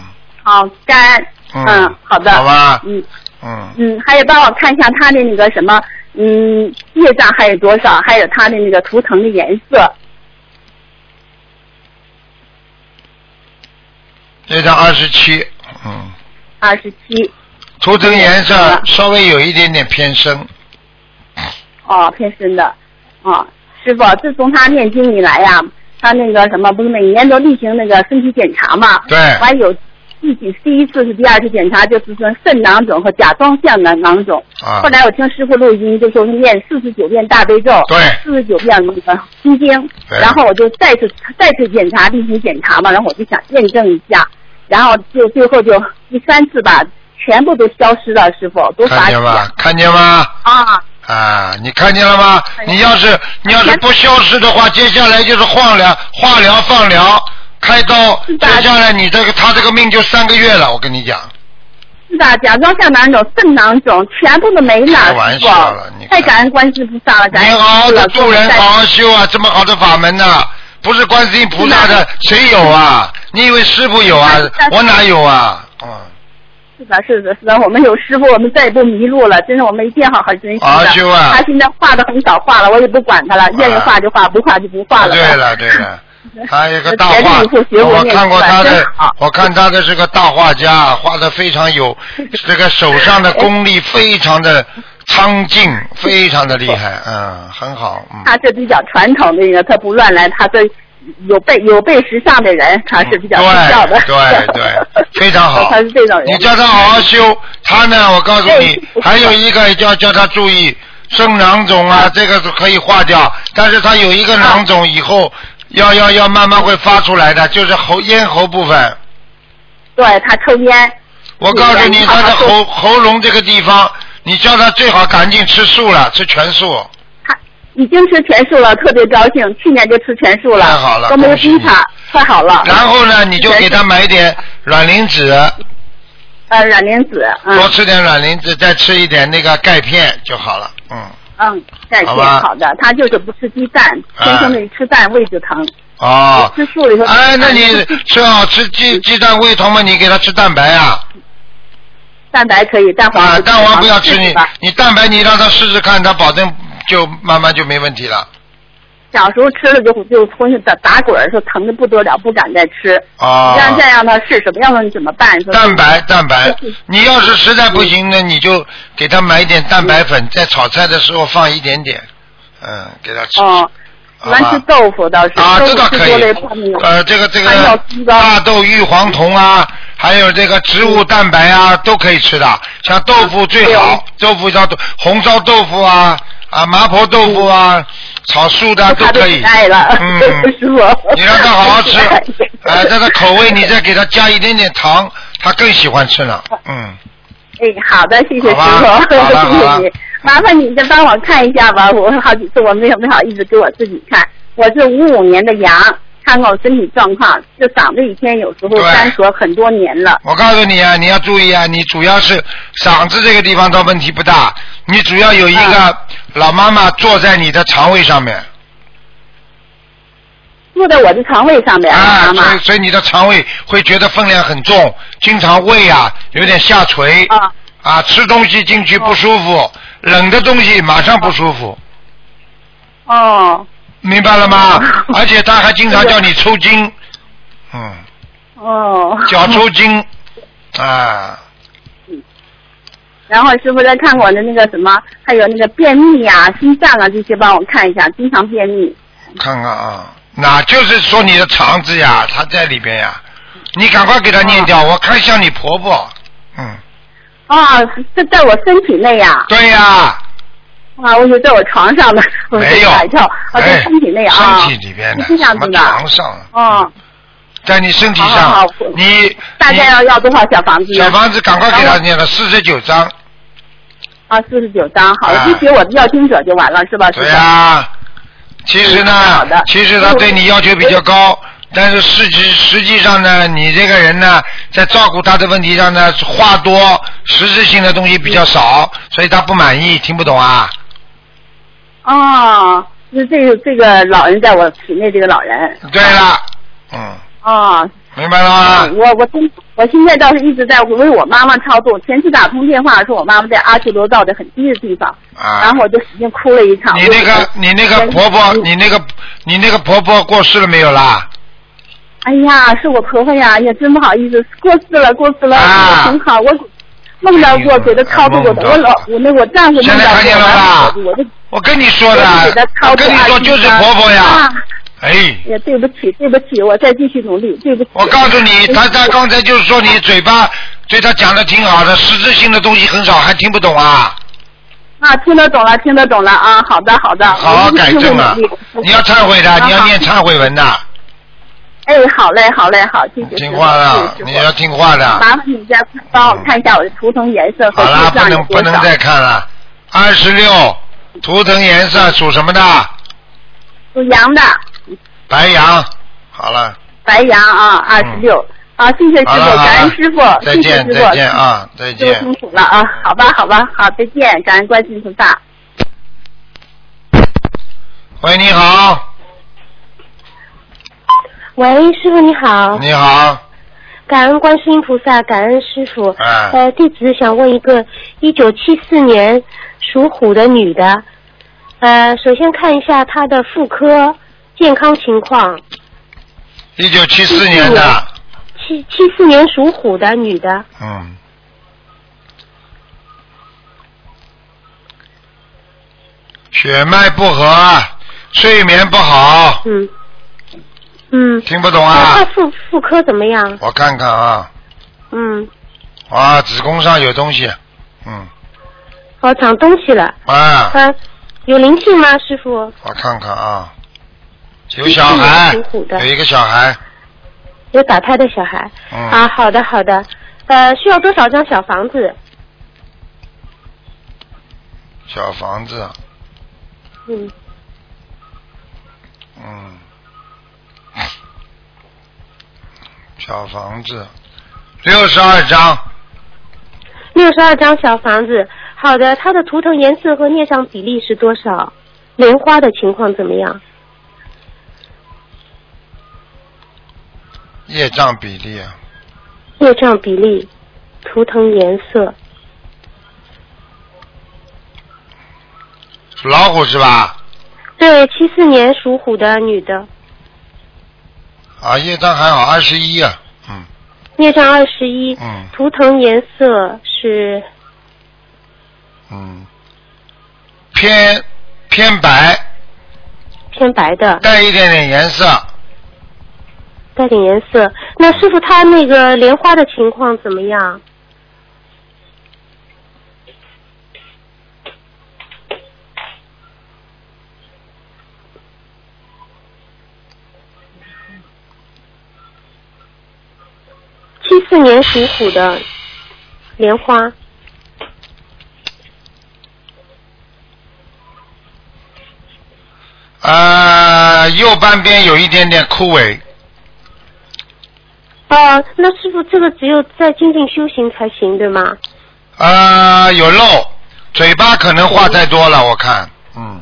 I: 好，肝，嗯，好的，
A: 好吧，
I: 嗯
A: 嗯。
I: 嗯，还有帮我看一下他的那个什么，嗯，业障还有多少，还有他的那个图腾的颜色，
A: 这张二十七，嗯，
I: 二十七，
A: 图腾颜色
I: 嗯
A: 稍微有一点点偏深，
I: 哦，偏深的，哦，师傅，自从他念经以来呀、他那个什么，不是每年都例行那个身体检查嘛？
A: 对
I: 完有自己第一次是第二次检查，就是说肾囊肿和甲状腺囊囊肿。
A: 啊
I: 后来我听师傅录音，就说是念四十九遍大悲咒，
A: 对
I: 四十九遍那个心经，
A: 对
I: 然后我就再次再次检查，例行检查嘛，然后我就想验证一下，然后就最后就第三次吧，全部都消失了，师傅多
A: 看
I: 法喜
A: 见
I: 啊
A: 吗？看见吗？
I: 啊！
A: 啊，你看见了吗？你要是你要是不消失的话，接下来就是化疗、化疗、放疗、开刀，
I: 是的
A: 接下来你这个他这个命就三个月了，我跟你讲，
I: 是的，啊甲状腺囊肿、肾囊肿全部都没了，
A: 开玩
I: 师傅
A: 笑了你看
I: 太感恩观世菩萨了，
A: 你
I: 感恩
A: 好好
I: 师
A: 的
I: 傅
A: 度人，
I: 给我带
A: 好好修啊，这么好的法门呐、不是观世音菩萨
I: 是
A: 的谁有啊？你以为师傅有啊
I: 是的是？的
A: 我哪有啊？嗯。
I: 是的，是的，是的，我们有师傅，我们再也不迷路了。真是我们一定要好好珍惜的。
A: 啊师傅啊
I: 他现在画的很少画了，我也不管他了，愿意画就画，不画就不画了。
A: 对了对 了，他有个大
I: 全
A: 画
I: 力以赴，学
A: 我
I: 佛念
A: 看过
I: 佛
A: 他的
I: 真好，
A: 我看他的是个大画家，画的非 常有，这个手上的功力非常的苍劲，非常的厉 害，嗯，很好，嗯，
I: 他是比较传统的一个，他不乱来，他是有被有被时尚的人，他是比较低调的。
A: 对对对，非常 好
I: 他是这种人。
A: 你叫他好好修，他呢，我告诉你
I: 对，
A: 还有一个要叫他注意，生囊肿啊，这个是可以化掉，但是他有一个囊肿以后。要要要慢慢会发出来的，就是喉咽喉部分，
I: 对他抽烟，
A: 我告诉你，
I: 对
A: 他的
I: 好好
A: 喉喉咙这个地方，你叫他最好赶紧吃素了，吃全素。
I: 他已经吃全素了，特别高兴。去年就吃全素了，
A: 太好了
I: 都没有
A: 恭喜你
I: 逼他，太好了。
A: 然后呢，你就
I: 全素
A: 给他买点软磷脂，
I: 呃，软磷脂，嗯
A: 多吃点软磷脂，再吃一点那个钙片就好了。嗯，
I: 嗯，钙片
A: 好吧啊
I: 好的，他就是不吃鸡蛋，先生那吃蛋胃就疼，
A: 哦，
I: 吃素以后，
A: 哎， 那你
I: 吃
A: 吃好吃鸡鸡蛋胃疼吗？你给他吃蛋白啊。
I: 蛋白可以，蛋黄
A: 啊，
I: 不
A: 蛋黄不要吃
I: 是
A: 你
I: 吧，
A: 你蛋白你让他试试看，他保证就慢慢就没问题了。
I: 小时候吃了就就浑身打打滚儿，说疼的不得了，不敢再吃。
A: 啊，
I: 让再让他试试吧，要不然你怎么办？说
A: 蛋白蛋白，你要是实在不行呢，你就给他买一点蛋白粉，在炒菜的时候放一点点，嗯，给他吃，
I: 哦，
A: 好
I: 完吃
A: 吧？
I: 豆腐倒是，
A: 啊，
I: 豆
A: 这
I: 腐
A: 倒
I: 吃
A: 可
I: 多了也
A: 以
I: 胖不。了
A: 呃，这个这
I: 还
A: 个
I: 有鸡蛋
A: 大豆异黄酮啊，还有这个植物蛋白
I: 嗯
A: 啊，都可以吃的。像豆腐最
I: 哦
A: 好，豆腐叫豆红烧豆腐啊，啊麻婆豆腐啊，炒素的啊都
I: 他嗯都
A: 可以
I: 不。爱了，
A: 嗯
I: 师傅。
A: 你让他好好 吃
I: 不爱，
A: 哎，他的口味你再给他加一点点糖，他更喜欢吃 了。嗯，
I: 哎，好的，谢谢师傅，
A: 好吧好 吧
I: 谢
A: 好
I: 谢
A: 吧
I: 你。麻烦你再帮我看一下吧，我好几次我没有没好意思给我自己看。我是五五年的羊，看看我身体状况，这嗓子以前有时候
A: 对
I: 干咳很多年了。
A: 我告诉你啊，你要注意啊，你主要是嗓子这个地方倒问题不大，你主要有一
I: 嗯
A: 个老妈妈坐在你的肠胃上面
I: 坐在我的肠胃上面，
A: 啊，
I: 妈妈
A: 所以所以你的肠胃会觉得分量很重，经常胃啊有点下垂
I: 啊嗯
A: 啊，吃东西进去不舒服，冷的东西马上不舒服，
I: 哦
A: 明白了吗？
I: 嗯
A: 而且他还经常叫你抽筋，嗯。
I: 哦，
A: 脚抽筋啊，
I: 然后师傅再看我的那个什么，还有那个便秘呀、心脏啊这些，帮我看一下，经常便秘。
A: 看看啊，那就是说你的肠子呀，它在里边呀，你赶快给它念
I: 嗯
A: 掉，我看像你婆婆，嗯，
I: 啊，这在我身体内呀、
A: 对呀，
I: 啊，我就在我床上呢，我
A: 没有
I: 吓一跳，啊，在
A: 哎
I: 身体内啊，
A: 身体里边的，
I: 是这样
A: 哎什么
I: 子的，
A: 床上，
I: 哦，
A: 在你身体
I: 好好
A: 上
I: 好我，
A: 你
I: 大概要
A: 你
I: 要多少小房子呢？
A: 小房子赶快给
I: 然
A: 他
I: 后
A: 念了四十九章，
I: 啊，四十九张，好了，
A: 啊
I: 就写我的要经者就完了，是吧？
A: 对
I: 师傅
A: 呀、其实
I: 好
A: 呢
I: 的，
A: 其实他对你要求比较高，但是实际实际上呢，你这个人呢，在照顾他的问题上呢，话多，实质性的东西比较少，所以他不满意，听不懂啊？
I: 哦，那这个这个老人在我体内，这个老人。
A: 对了，嗯，
I: 哦，嗯
A: 明白了吗？
I: 我我今我现在倒是一直在为我妈妈操作。前次打通电话的时候，我妈妈在阿修罗道的很低的地方，
A: 啊
I: 然后我就使劲哭了一场。
A: 你那个你那个婆婆，你那个你那个婆婆过世了没有啦？
I: 哎呀，是我婆婆呀，也真不好意思，过世了，过世了，
A: 啊哎
I: 挺好，我梦到过，给她超度过的，
A: 梦到
I: 我老我那我丈夫梦
A: 现在
I: 到
A: 看
I: 过，
A: 见了吧
I: 我就
A: 我跟你说的
I: 我就给她，超
A: 我
I: 度
A: 跟你说就是
I: 20
A: 婆婆呀
I: 啊，
A: 哎。
I: 也对不起，对不起，我再继续努力，对不起。
A: 我告诉
I: 嗯
A: 你，他他刚才就是说你嘴巴对他讲的挺好的，实质性的东西很少，还听不懂啊？
I: 啊，听得懂了，听得懂了啊，好的，好的，
A: 好好
I: 我一定
A: 改 正啊
I: 努力！
A: 你要忏悔的，
I: 嗯好
A: 你要念忏悔文的，
I: 哎，好嘞，好嘞，好，谢谢师傅。
A: 听话了，
I: 谢谢师傅
A: 你要听话的。
I: 麻烦你再帮我看一下我的图腾颜色和
A: 好啦，
I: 形
A: 不
I: 状有
A: 能不
I: 多
A: 能
I: 少？
A: 再看了。二十六，图腾颜色属什么的？
I: 属羊的，
A: 白羊。好了，
I: 白羊啊，二十六。啊，谢谢师
A: 嗯好了
I: 傅，
A: 好
I: 感
A: 了
I: 恩师傅，
A: 再
I: 谢谢师
A: 见
I: 傅，
A: 再见啊，再
I: 师
A: 见
I: 傅。辛苦了啊，好吧，好吧，好，再见，感恩观世音菩萨。
A: 喂，你好，
F: 喂，师傅你好，
A: 你好，
F: 感恩观世音菩萨，感恩师傅。
A: 哎
F: 呃，弟子想问一个一九七四年属虎的女的，呃，首先看一下她的妇科健康情况。
A: 一九七四年的，
F: 七七四年属虎的女的，
A: 嗯，血脉不和，睡眠不好，
F: 嗯嗯，
A: 听不懂
F: 呃她
A: 啊？
F: 妇妇科怎么样？
A: 我看看啊，
F: 嗯，
A: 啊，子宫上有东西，嗯，
F: 哦，长东西了。
A: 啊，
F: 呃，有灵性吗，师傅？嗯
A: 我看看啊，有小孩，有一个小孩，
F: 有打胎的小孩。啊，
A: 嗯，
F: 好的好的。呃，需要多少张小房子？
A: 小房子，
F: 嗯。
A: 嗯，小房子，六十二张，
F: 六十二张小房子，好的，它的图腾颜色和孽障比例是多少？莲花的情况怎么样？
A: 业障比例啊，
F: 业障比例、图腾颜色，
A: 属老虎是吧？
F: 对，七四年属虎的女的，
A: 啊，业障还好，二十一啊，嗯
F: 孽障二十一，
A: 嗯
F: 图腾颜色是
A: 嗯，偏偏白，
F: 偏白的，
A: 带一点点颜色，
F: 带点颜色。那师傅他那个莲花的情况怎么样？七四年属虎的莲花，
A: 呃，右半边有一点点枯萎，
F: 啊，那师傅这个只有在精进修行才行，对吗？
A: 呃，有漏，嘴巴可能话太多了，我看，嗯，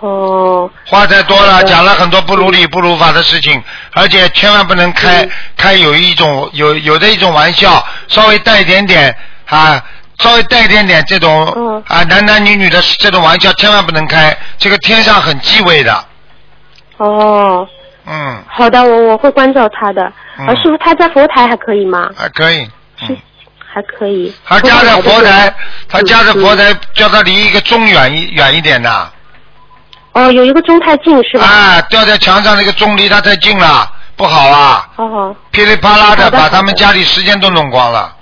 F: 哦，
A: 话太多
F: 好
A: 了，
F: 的
A: 讲了很多不如理不如法的事情，而且千万不能
F: 嗯
A: 开开有一种有有的一种玩笑，稍微带一点点啊，稍微带一点点这种
F: 嗯
A: 啊男男女女的这种玩笑，千万不能开，这个天上很忌讳的，啊
F: 哦，
A: 嗯，
F: 好的，我我会关照他的。
A: 嗯
F: 啊，师傅，他在佛台还可以吗？
A: 还可以，嗯。
F: 还可以。
A: 他家的佛台，他家的佛
F: 嗯。
A: 台叫他离一个钟远一远一点的，
F: 嗯哦，有一个中太近是吧？
A: 啊，吊在墙上那个钟离他太近了，不好啊，
F: 哦，
A: 噼里啪啦
F: 好
A: 的
F: 的
A: 把
F: 好的
A: 他们家里时间都弄光了，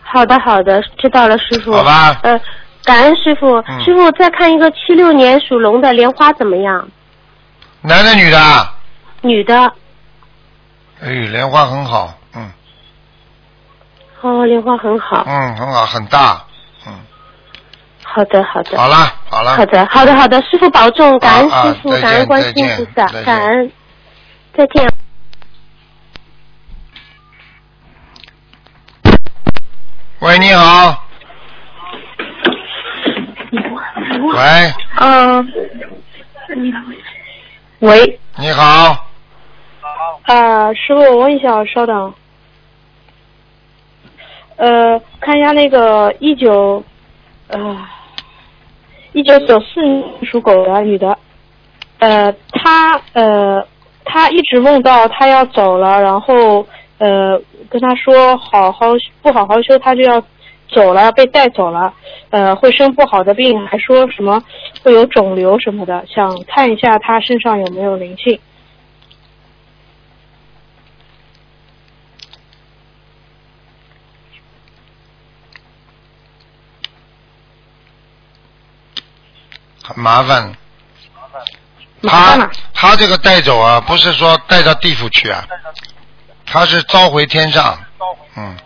F: 好的好的，知道了，师傅。
A: 好。吧？
F: 呃，感恩师傅。
A: 嗯
F: 师傅，再看一个七六年属龙的莲花怎么样？
A: 男的女的啊？
F: 女的。
A: 哎，莲花很好，嗯
F: 哦，莲花很好。
A: 嗯，很好，很大，嗯，
F: 好的好的。
A: 好了好了，
F: 好的好的好的，师傅保重，感恩
A: 啊啊
F: 师傅，
A: 再见
F: 感恩观世音
A: 再见
F: 菩萨
A: 再见，
F: 感恩，再见。
A: 喂，你好。喂，
J: 嗯，喂，
A: 你好，
J: 啊，师傅，我问一下，稍等。呃，看一下那个一九，呃，一九九四属狗的女的，呃，她呃，她一直梦到她要走了，然后呃，跟她说好好不好好修，她就要走了，被带走了，呃，会生不好的病，还说什么会有肿瘤什么的，想看一下她身上有没有灵性。
A: 很麻烦。
J: 麻烦
A: 他
J: 了。
A: 他这个带走啊，不是说带到地府去啊，他是召回天上。嗯，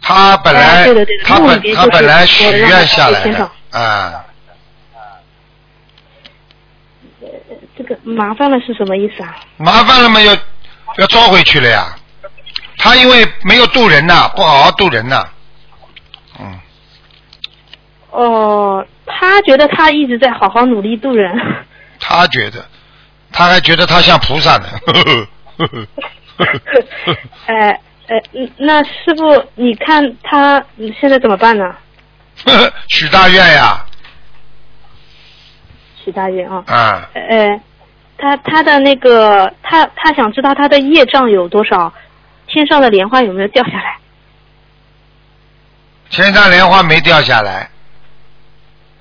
A: 他本来、
F: 啊
J: 哎对的对的
A: 他
F: 嗯
J: 梦
A: 本
J: 里边
A: 他
J: 就是
A: 本来许
J: 说让他
A: 愿下
J: 召回
A: 来
J: 天
A: 的
J: 上
A: 啊，
J: 这个麻烦了是什么意思啊？
A: 麻烦了嘛，要要召回去了呀。他因为没有渡人呐、不好好渡人呐、嗯，
J: 哦，他觉得他一直在好好努力度人，
A: 他觉得，他还觉得他像菩萨呢。 呵呵呵呵呵呵
J: 哎哎，嗯那师傅，你看他嗯现在怎么办呢？
A: 呵呵许大愿呀，
J: 许大爷啊，
A: 啊、
J: 哎，他他的那个，他他想知道他的业障有多少，天上的莲花有没有掉下来？
A: 天上莲花没掉下来。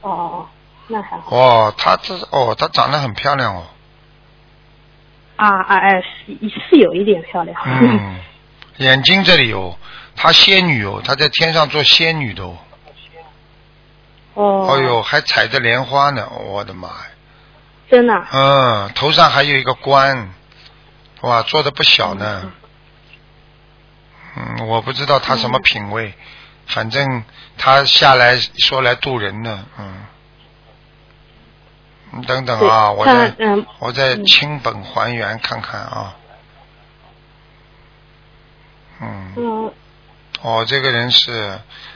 J: 哦，那还好
A: 哦，她这哦，她长得很漂亮哦。
J: 啊啊哎，是是有一点漂亮。
A: 嗯，眼睛这里有，她仙女哦，她在天上做仙女的哦。
J: 哦，
A: 哦呦，还踩着莲花呢，哦我的妈呀！
J: 真的啊
A: 嗯，头上还有一个冠，哇，做的不小呢。嗯，我不知道她什么品味，
J: 嗯
A: 反正她下来说来渡人呢，嗯。你等等
J: 对
A: 啊，我
J: 他
A: 再
J: 嗯
A: 我再
J: 嗯
A: 亲本还原看看啊。嗯，
J: 嗯，
A: 哦，这个人是，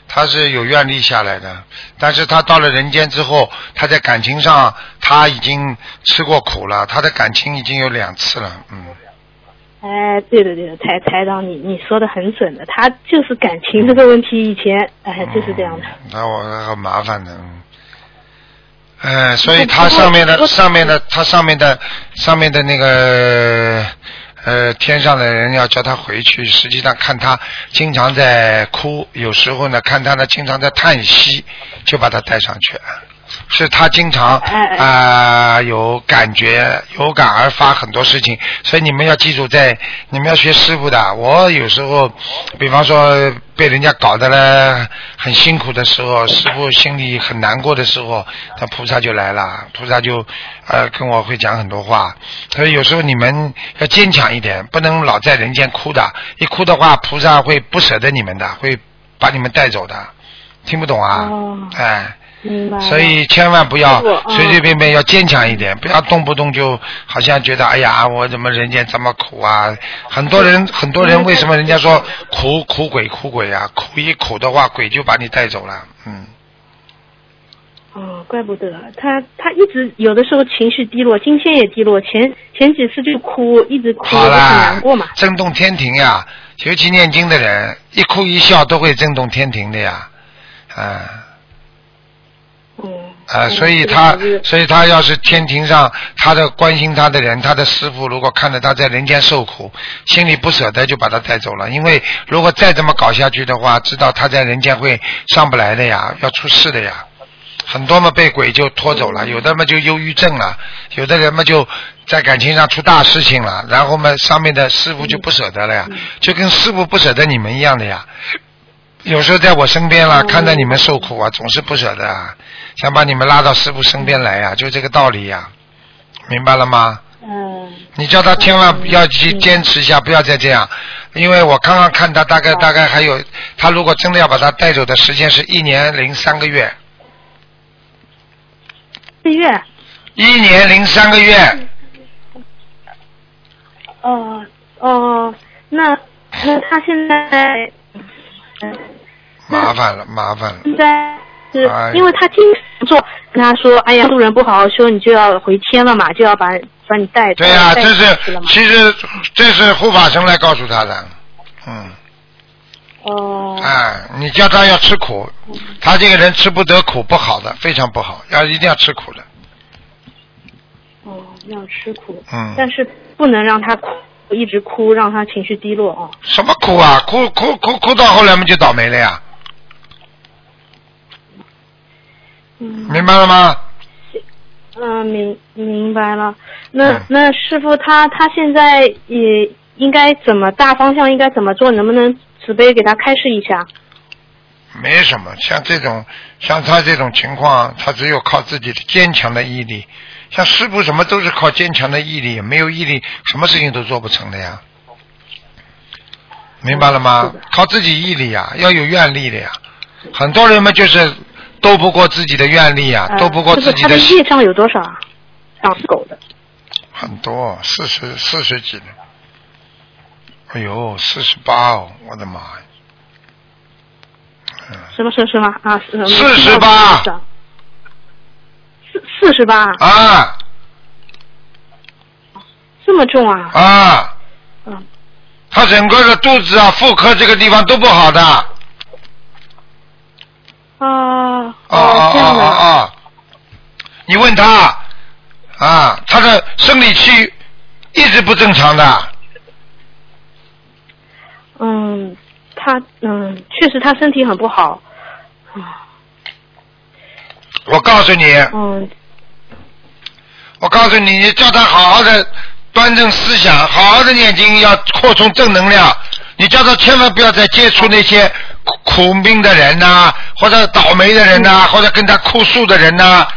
A: 他是有愿力下来的，但是他到了人间之后，他在感情上他已经吃过苦了，他的感情已经有两次了，嗯，
J: 哎，对的对的，台台长你你说的很准的，他就是感情这个问题，以前
A: 哦
J: 哎就是这样的。
A: 那我很麻烦的，嗯，哎，所以他上面的上面的他上面的上面的那个呃天上的人要叫他回去，实际上看他经常在哭，有时候呢看他呢经常在叹息，就把他带上去。是他经常啊、有感觉，有感而发很多事情，所以你们要记住在，你们要学师傅的。我有时候，比方说被人家搞得了很辛苦的时候，师傅心里很难过的时候，那菩萨就来了，菩萨就呃跟我会讲很多话。所以有时候你们要坚强一点，不能老在人间哭的，一哭的话，菩萨会不舍得你们的，会把你们带走的。听不懂啊？
J: 哦
A: 哎。
J: 明白了。
A: 所以千万不要
J: 师傅嗯
A: 随随便便，要坚强一点，不要动不动就好像觉得哎呀，我怎么人间这么苦啊？很多人很多人为什么人家说苦苦鬼苦鬼啊？苦一苦的话，鬼就把你带走了。嗯，
J: 哦，怪不得他他一直有的时候情绪低落，今天也低落，前前几次就哭，一直哭，
A: 好
J: 我就很
A: 啦
J: 难过嘛。，
A: 震动天庭呀，尤其念经的人，一哭一笑都会震动天庭的呀，啊。
J: 嗯，
A: 啊，
J: 嗯
A: 所以
J: 这个
A: 他
J: 还是，
A: 所以他要是天庭上他的关心他的人，他的师傅如果看着他在人间受苦，心里不舍得，就把他带走了。因为如果再这么搞下去的话，知道他在人间会上不来的呀，要出事的呀。很多嘛被鬼就拖走了，有的嘛就忧郁症了，有的人嘛就在感情上出大事情了，然后嘛上面的师傅就不舍得
J: 嗯
A: 了呀，就跟师傅不舍得你们一样的呀。有时候在我身边
J: 哦
A: 啦，看到你们受苦啊，总是不舍得啊，想把你们拉到师傅身边来呀、就这个道理呀、明白了吗？
J: 嗯，
A: 你叫他千万不要去坚持一下，不要再这样，因为我刚刚看他大概大概还有，他如果真的要把他带走的时间是一年零三个月，
J: 四月，
A: 一年零三个月，
J: 哦哦，那那他现在
A: 麻烦了，麻烦了，
J: 现在是
A: 哎
J: 因为他经常做，跟他说，哎呀，路人不好好修，你就要回迁了嘛，就要把把你带
A: 对呀、
J: 带
A: 这
J: 出
A: 是
J: 去了嘛。
A: 其实这是护法神来告诉他的，嗯。
J: 哦，
A: 哎，你叫他要吃苦，他这个人吃不得苦，不好的，非常不好，要一定要吃苦的。
J: 哦，要吃苦，
A: 嗯
J: 但是不能让他哭，一直哭，让他情绪低落哦。
A: 什么苦啊？哭哭哭哭到后来们就倒霉了呀，
J: 嗯
A: 明白了吗？
J: 嗯，明明白了。那、那师傅他他现在也应该怎么大方向应该怎么做？能不能慈悲给他开示一下？
A: 没什么，像这种像他这种情况，他只有靠自己的坚强的毅力。像师傅什么都是靠坚强的毅力，没有毅力，什么事情都做不成的呀。明白了吗？靠自己毅力呀，要有愿力的呀。很多人嘛，就是斗不过自己的愿力呀，
J: 呃
A: 斗啊不过自己
J: 师
A: 嗯
J: 傅他的
A: 心
J: 业障有多少啊？养狗的。
A: 很多，四十四十几的。哎呦，四十八哦，我的妈呀！
J: 什么什么什么啊？四
A: 48
J: 四四十八，
A: 啊
J: 这么重啊？
A: 啊
J: 嗯！
A: 他整个的肚子啊、妇科这个地方都不好的。啊
J: 啊哦，
A: 啊啊
J: 这样的
A: 啊啊！你问他啊，他的生理期一直不正常的，
J: 嗯，他嗯，确实他身体很不好。
A: 我告诉你，
J: 嗯，
A: 我告诉你，你叫他好好的端正思想，好好的念经，要扩充正能量。你叫他千万不要再接触那些苦苦命的人呐、或者倒霉的人呐、或者跟他哭诉的人呐、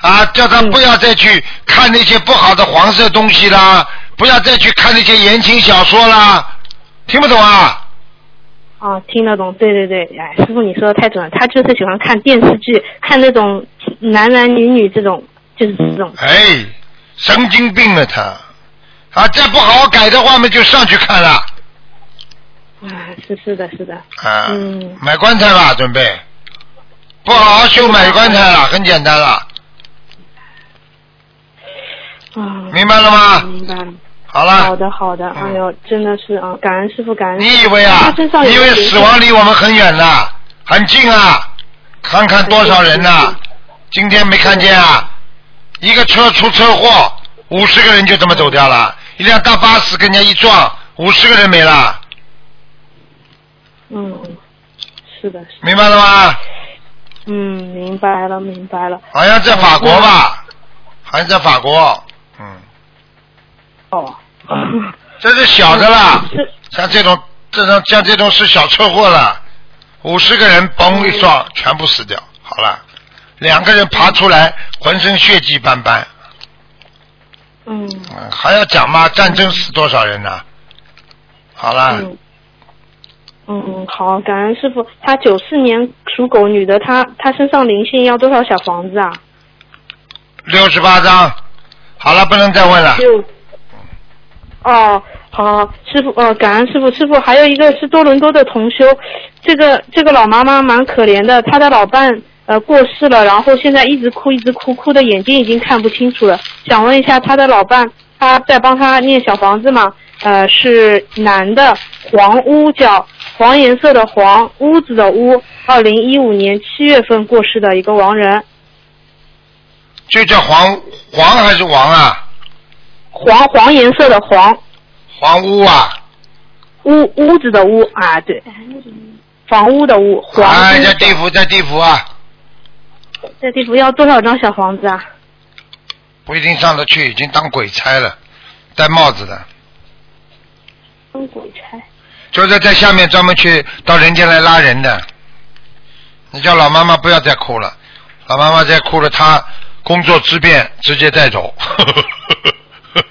A: 啊，叫他不要再去看那些不好的黄色东西啦，不要再去看那些言情小说啦，听不懂啊？
J: 哦，听得懂，对对对，哎，师傅你说的太准了，他就是喜欢看电视剧，看那种男男女女这种，就是这种。
A: 哎，神经啊病了他，啊，再不好好改的话嘛，就上去看了。
J: 哎，是是的，是的。
A: 啊，
J: 嗯
A: 买棺材吧，准备，不好好修买棺材了，很简单了，
J: 啊，
A: 明白了吗
J: 明白了。
A: 好了。嗯
J: 好的，好的。哎呦，真的是啊，感恩师傅，感恩。
A: 你以为啊
J: 他身上？有
A: 你以为
J: 灵性
A: 死亡离我们很远呐、很近啊？看看多少人呐、今天没看见啊？一个车出车祸，五十个人就这么走掉了；一辆大巴士跟人家一撞，五十个人没了，
J: 嗯，嗯是的，是的
A: 明白了吗？
J: 嗯，明白了，明白了。
A: 好像在法国
J: 嗯
A: 吧？好像在法国，嗯。
J: 哦。 嗯
A: 这是小的啦，像这种这种像这种是小车祸了，五十个人嘣一
J: 嗯
A: 撞，全部死掉。好了，两个人爬出来，浑身血迹斑斑，
J: 嗯，
A: 嗯还要讲吗？战争死多少人呢、好了，
J: 嗯嗯嗯，好，感恩师傅。她九四年属狗女的，她她身上灵性要多少小房子啊？
A: 六十八章，好了，不能再问了。
J: 就哦，好，师傅，哦，感恩师傅，师傅还有一个是多伦多的同修，这个这个老妈妈蛮可怜的，她的老伴呃过世了，然后现在一直哭，一直哭，哭的眼睛已经看不清楚了。想问一下，她的老伴，他在帮她念小房子吗？呃，是男的，黄屋角，黄颜色的黄，屋子的屋，二零一五年七月份过世的一个亡人，
A: 就叫黄黄还是王啊？
J: 黄黄颜色的黄，
A: 黄屋啊。
J: 屋屋子的屋啊，对，房屋的屋，黄
A: 哎，
J: 屋
A: 在地府，在地府啊，
J: 这地府要多少张小房子啊？
A: 不一定上得去，已经当鬼差了，戴帽子的。
J: 当鬼差。
A: 就是在下面专门去到人间来拉人的。你叫老妈妈不要再哭了，老妈妈再哭了，她工作之便直接带走。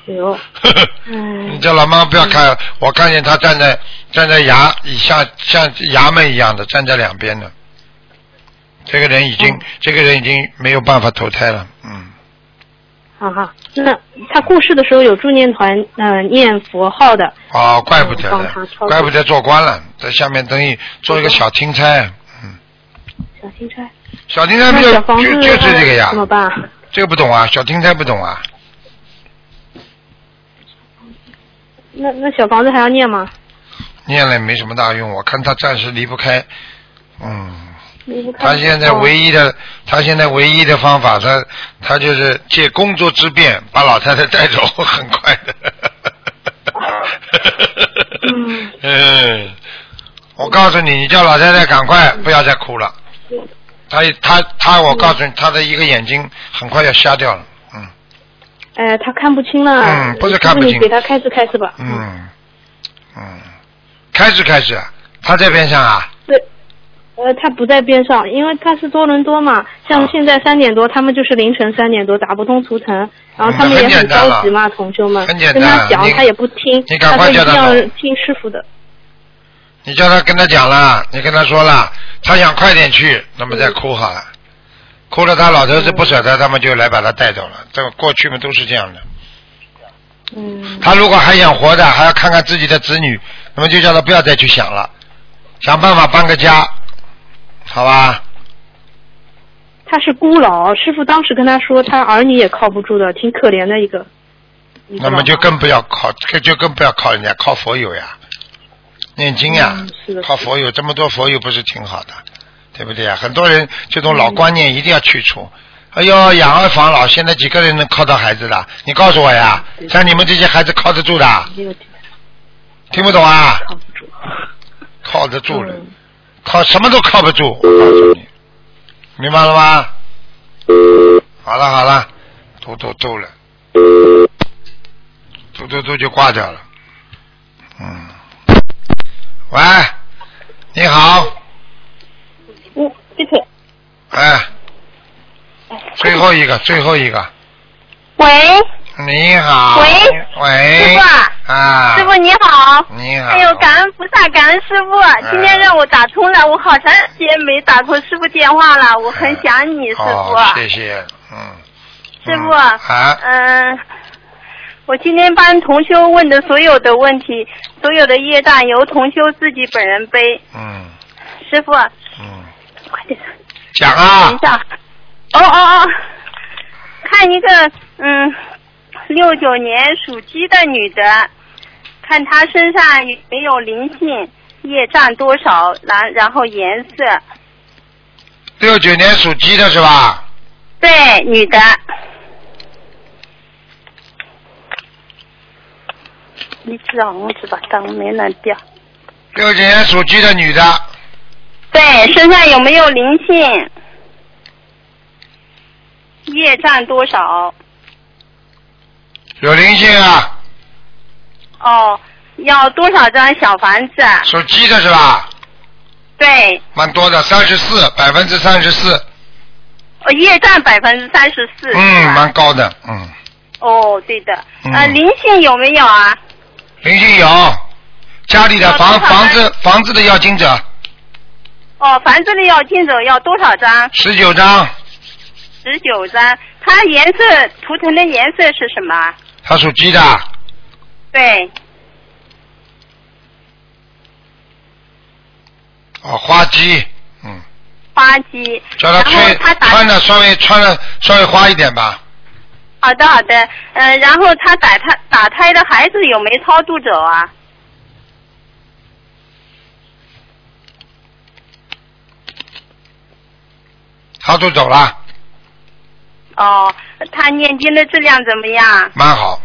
J: 有，
A: 嗯你叫老妈妈不要看，我看见她站在站在衙以下像衙门一样的站在两边的。这个人已
J: 嗯
A: 经、这个人已经没有办法投胎了，嗯，
J: 哈啊哈。那他过世的时候有助念团，呃，念佛号的。
A: 哦，怪不得
J: 嗯帮
A: 的
J: 她操，作
A: 怪不得做官了，在下面等于做一个小钦差，
J: 小钦差，
A: 小钦差
J: 那
A: 不就
J: 小房子呃
A: 就就是这个呀，
J: 怎么办啊？
A: 这个不懂啊，小听差不懂啊，
J: 那那小房子还要念吗？
A: 念了也没什么大用。我看他暂时离不开，嗯，
J: 离不开
A: 他现在唯一的，他现在唯一的方法，他他就是借工作之便把老太太带走， 很快的。 嗯，我告诉你，你叫老太太赶快不要再哭了。她她她，我告诉你，她的一个眼睛很快要瞎掉了。
J: 哎，他看不清了。
A: 嗯不是看不清
J: 师傅你给他开示开示吧。
A: 嗯嗯，开始开始，她在边上啊。
J: 呃，他不在边上，因为他是多伦多嘛，
A: 啊
J: 像现在三点多，他们就是凌晨三点多打不通图腾，然后他们也
A: 嗯那很
J: 很
A: 简单了
J: 着急嘛，同修们，
A: 很简
J: 跟
A: 单
J: 他讲
A: 你
J: 他也不听，
A: 你赶
J: 他说
A: 快
J: 一
A: 叫
J: 定
A: 他
J: 要
A: 走
J: 听师傅的，
A: 你叫他跟他讲了，你跟他说了，他想快点去，那么再哭好了。哭了，他老头子不舍得，他们就来把他带走了。这个过去嘛都是这样的。
J: 嗯。
A: 他如果还想活着，还要看看自己的子女，那么就叫他不要再去想了，想办法搬个家，好吧？
J: 他是孤老，师傅当时跟他说，他儿女也靠不住的，挺可怜的一个。一个
A: 那么就更不要靠，就更不要靠人家，靠佛友呀，念经呀，靠佛友，这么多佛友不是挺好的，嗯对不对呀？很多人这种老观念一定要去除。哎呦，养儿防老，现在几个人能靠到孩子的？你告诉我呀，像你们这些孩子靠得住的？听不嗯懂啊？靠得住了，靠什么都靠不住，我告诉你，明白了吗？好了好了，嘟嘟嘟了，嘟嘟嘟就挂掉了。嗯，喂，你好，
K: 嗯，谢谢。哎
A: 哎，最后一个，最后一个，
K: 喂，
A: 你好，
K: 喂
A: 喂，
K: 师傅
A: 啊，
K: 师傅你好。
A: 你好，啊
K: 哎呦，感恩菩萨，感恩师傅，今天让我打通了，我好长时间没打通师傅电话了，我很想你，师傅
A: 嗯
K: 啊
A: 哦，，谢谢，嗯，
K: 师傅，
A: 啊
K: 嗯，呃我今天帮同修问的所有的问题，所有的业障由同修自己本人背。
A: 嗯
K: 师傅，
A: 嗯，
K: 快点，
A: 讲
K: 等
A: 啊
K: 一，下。哦哦哦，看一个嗯，六九年属鸡的女的，看她身上有没有灵性，业障多少，然然后颜色。
A: 六九年属鸡的是吧？
K: 对，女的，你知道我只把灯没弄掉。
A: 六九年属鸡的女的，
K: 对，身上有没有灵性？业障多少？
A: 有灵性啊，
K: 哦，要多少张小房子？啊
A: 属鸡的是吧？
K: 对，
A: 蛮多的，三十四，百分之三十四，
K: 呃业占百分之三十四。
A: 嗯，蛮高的，嗯，
K: 哦，对的。
A: 嗯
K: 呃，灵性有没有啊？
A: 灵性有，家里的
K: 要
A: 房
K: 多少
A: 房
K: 张
A: 子房子的要经者
K: 哦，房子里要进走要多少张？
A: 十九张，
K: 十九张。它颜色图腾的颜色是什么啊？
A: 他属鸡的，
K: 对，
A: 哦，花鸡，嗯，
K: 花鸡。
A: 叫他
K: 然后
A: 穿
K: 他打
A: 穿的稍微穿的稍微花一点吧，
K: 好的好的，呃，然后他打胎打胎的孩子有没超度走啊？
A: 他就走了，
K: 哦，他念经的质量怎么样？
A: 蛮好，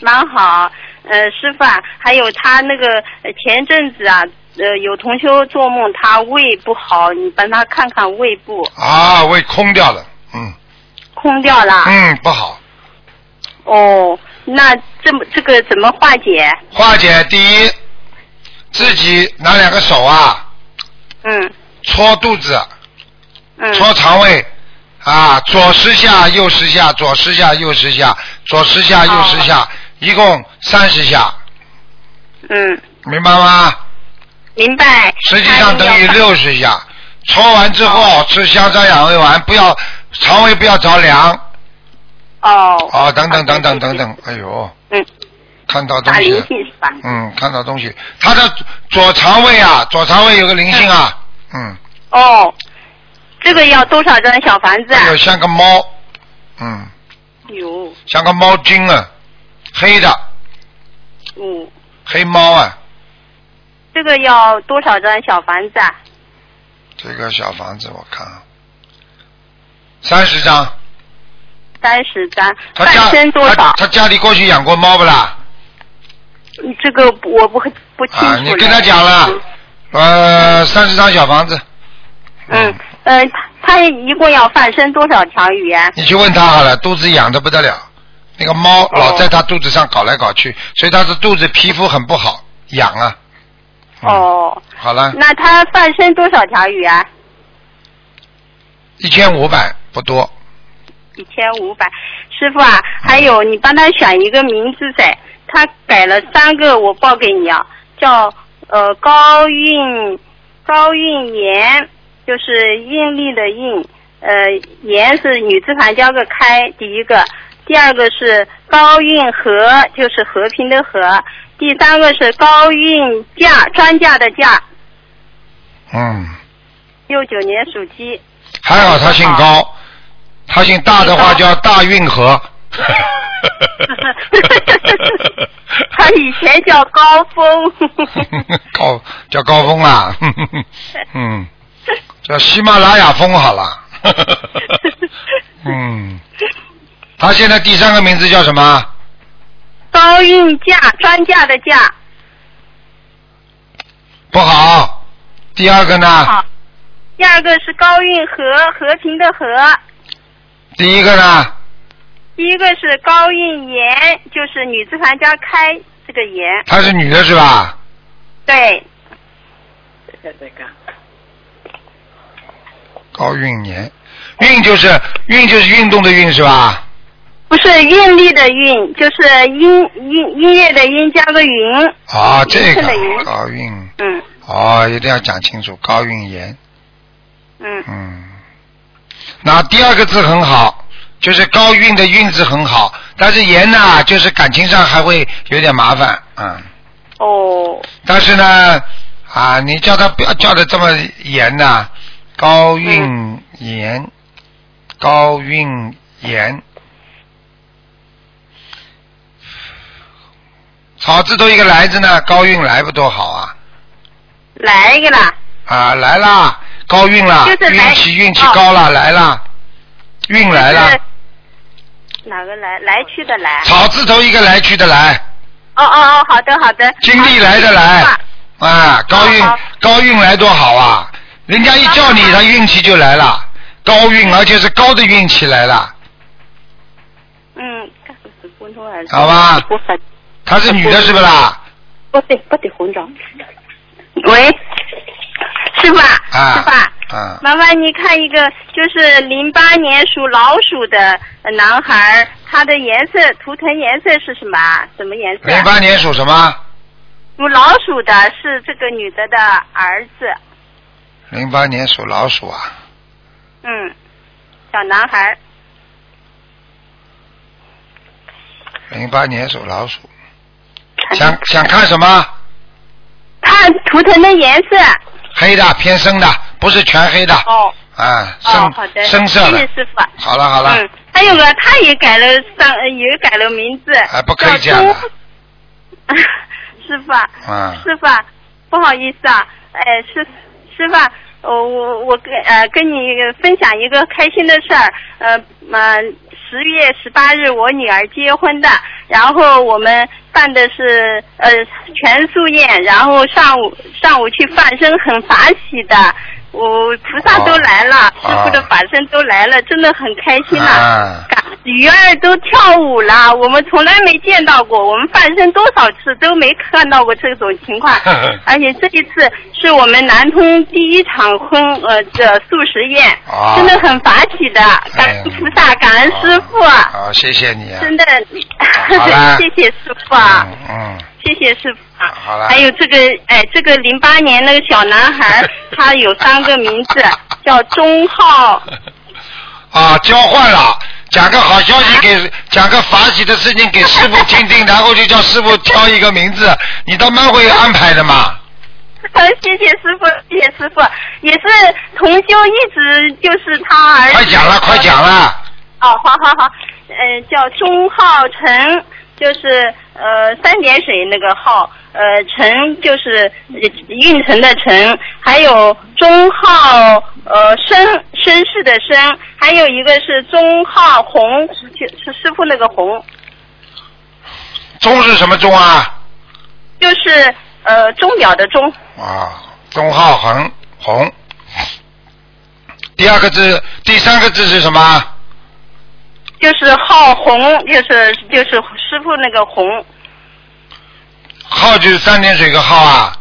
K: 蛮好，呃，师傅啊，还有他那个呃前阵子啊，呃，有同修做梦，他胃不好，你帮他看看胃部
A: 啊，胃空掉了，嗯
K: 空掉了。
A: 嗯，不好。
K: 哦，那这么这个怎么化解？
A: 化解第一，自己拿两个手啊，
K: 嗯
A: 搓肚子，
K: 嗯。
A: 搓肠胃，啊，左十下，右十下，左十下，右十下，左十下，右十下，一共三十下，
K: 嗯，
A: 明白吗？
K: 明白。
A: 实际上等于六十下。搓完之后吃香砂养胃丸，不要肠胃不要着凉。
K: 哦。
A: 啊，等等等等等等，哎呦。
K: 嗯。
A: 看到东
K: 打
A: 西
K: 灵
A: 了。
K: 性是吧？
A: 嗯，看到东西，他的左肠胃啊，左肠胃有个灵性啊，嗯，
K: 哦，这个要多少张小房子啊？
A: 有像个猫，嗯，
K: 有，
A: 像个猫精啊，黑的
K: 嗯，
A: 黑猫啊，
K: 这个要多少张小房子啊？
A: 这个小房子我看，啊三十张，
K: 三十张，
A: 他
K: 半
A: 家
K: 身多
A: 他
K: 少？
A: 他家里过去养过猫不啦？
K: 嗯这个我不不清楚、
A: 啊，你跟他讲了，呃，三十张小房子，
K: 嗯嗯、呃，他一共要放生多少条鱼啊？
A: 你去问他好了，肚子痒的不得了，那个猫
K: 哦
A: 老在他肚子上搞来搞去，所以他的肚子皮肤很不好，痒啊，
K: 哦，
A: 好了。
K: 那他放生多少条鱼啊？
A: 一千五百不多，
K: 一千五百。师傅啊，还有你帮他选一个名字噻，他改了三个，我报给你啊，叫呃高运高运妍，就是印力的印，呃妍是女字旁加个开，第一个，第二个是高运和，就是和平的和，第三个是高运价，专价的价，
A: 嗯，
K: 六九年属鸡。
A: 还好他姓高，他姓大的话
K: 姓
A: 叫大 运河，
K: 他以前叫高峰。
A: 高叫高峰啦， 嗯，叫喜马拉雅峰好了， 嗯，他现在第三个名字叫什么？
K: 高运价，专价的价，
A: 不好，第二个呢？
K: 好。啊第二个是高运和，和平的和。
A: 第一个呢？
K: 第一个是高运妍，就是女字旁加开这个妍。
A: 她是女的是吧？
K: 对，
A: 高运年，运就是运就是运动的运是吧？
K: 不是运力的运，就是音音音乐的音加个云。
A: 啊，这
K: 云层的云
A: 个高运。
K: 嗯
A: 哦，一定要讲清楚，高运炎。
K: 嗯
A: 嗯，那第二个字很好，就是高运的运字很好，但是炎呐、就是感情上还会有点麻烦，嗯。
K: 哦，
A: 但是呢，啊，你叫他不要叫的这么严呐、高
K: 嗯
A: 运炎，高运炎，草字头一个来字呢，高运来不多好啊
K: 来一个啦，
A: 啊来啦，高运啦，
K: 就是来哦
A: 运气运气高啦，来啦，运来啦，
K: 哪个来来去的来？
A: 草字头一个来去的来。
K: 哦哦哦，好的好的。
A: 经历来的来啊，高运高运来多好啊！人家一叫你，他运气就来了，高运而且是高的运气来了，
K: 嗯，搿个是普通还是？
A: 好吧？她是女的是不啦？
K: 不对不对，红长。喂，师傅啊，
A: 啊
K: 师傅啊，
A: 啊，
K: 麻烦你看一个，就是零八年属老鼠的呃男孩儿，他的颜色图腾颜色是什么啊？什么颜色啊？
A: 零八年属什么？
K: 属老鼠的是这个女的的儿子，
A: 零八年属老鼠啊，
K: 嗯，小男孩儿，
A: 零八年属老鼠。想想看什么？
K: 看图腾的颜色。
A: 黑的偏深的，不是全黑的。
K: 哦。
A: 啊，深、
K: 哦，好的，
A: 深色
K: 谢谢
A: 的。
K: 师傅啊。
A: 好了好了，
K: 嗯，还有个，他也改了上，呃也改了名字。
A: 哎，不可以这样的。
K: 师傅啊，
A: 嗯
K: 师傅啊，不好意思啊，哎，师师傅啊，我我我跟呃跟你分享一个开心的事儿，呃呃，十月十八日我女儿结婚的，然后我们办的是呃全素宴，然后上午上午去放生，很法喜的。我、菩萨都来了，师傅的法身都来了，真的很开心呐、
A: 啊，，
K: 鱼儿都跳舞了，我们从来没见到过，我们放生多少次都没看到过这种情况 而且这一次是我们南通第一场婚呃的素食宴，
A: 啊
K: 真的很法喜的，感恩菩萨，感恩师傅，
A: 好，谢谢你啊。
K: 真的
A: 哎好啦，
K: 谢谢师傅啊，
A: 嗯，
K: 谢谢师傅啊。
A: 好了。
K: 还有这个，哎，这个零八年那个小男孩 儿，他有三个名字，叫钟浩，
A: 啊，交换了，讲个好消息给，讲个法喜的事情给师傅听听，然后就叫师傅挑一个名字，你倒蛮会安排的嘛。
K: 谢谢师傅，谢谢师傅，也是同修一直就是他儿子。
A: 快讲了，快讲了，
K: 哦，好好好，呃，叫钟浩辰，就是呃三点水那个浩，呃辰就是呃运城的辰，还有钟浩呃绅绅士的绅，还有一个是钟浩红，就是师傅那个红，
A: 钟是什么钟啊？
K: 就是呃钟表的钟。
A: 啊，钟浩恒红。第二个字，第三个字是什么？
K: 就是浩红，就是就是师傅那个红，
A: 浩就是三点水个浩啊，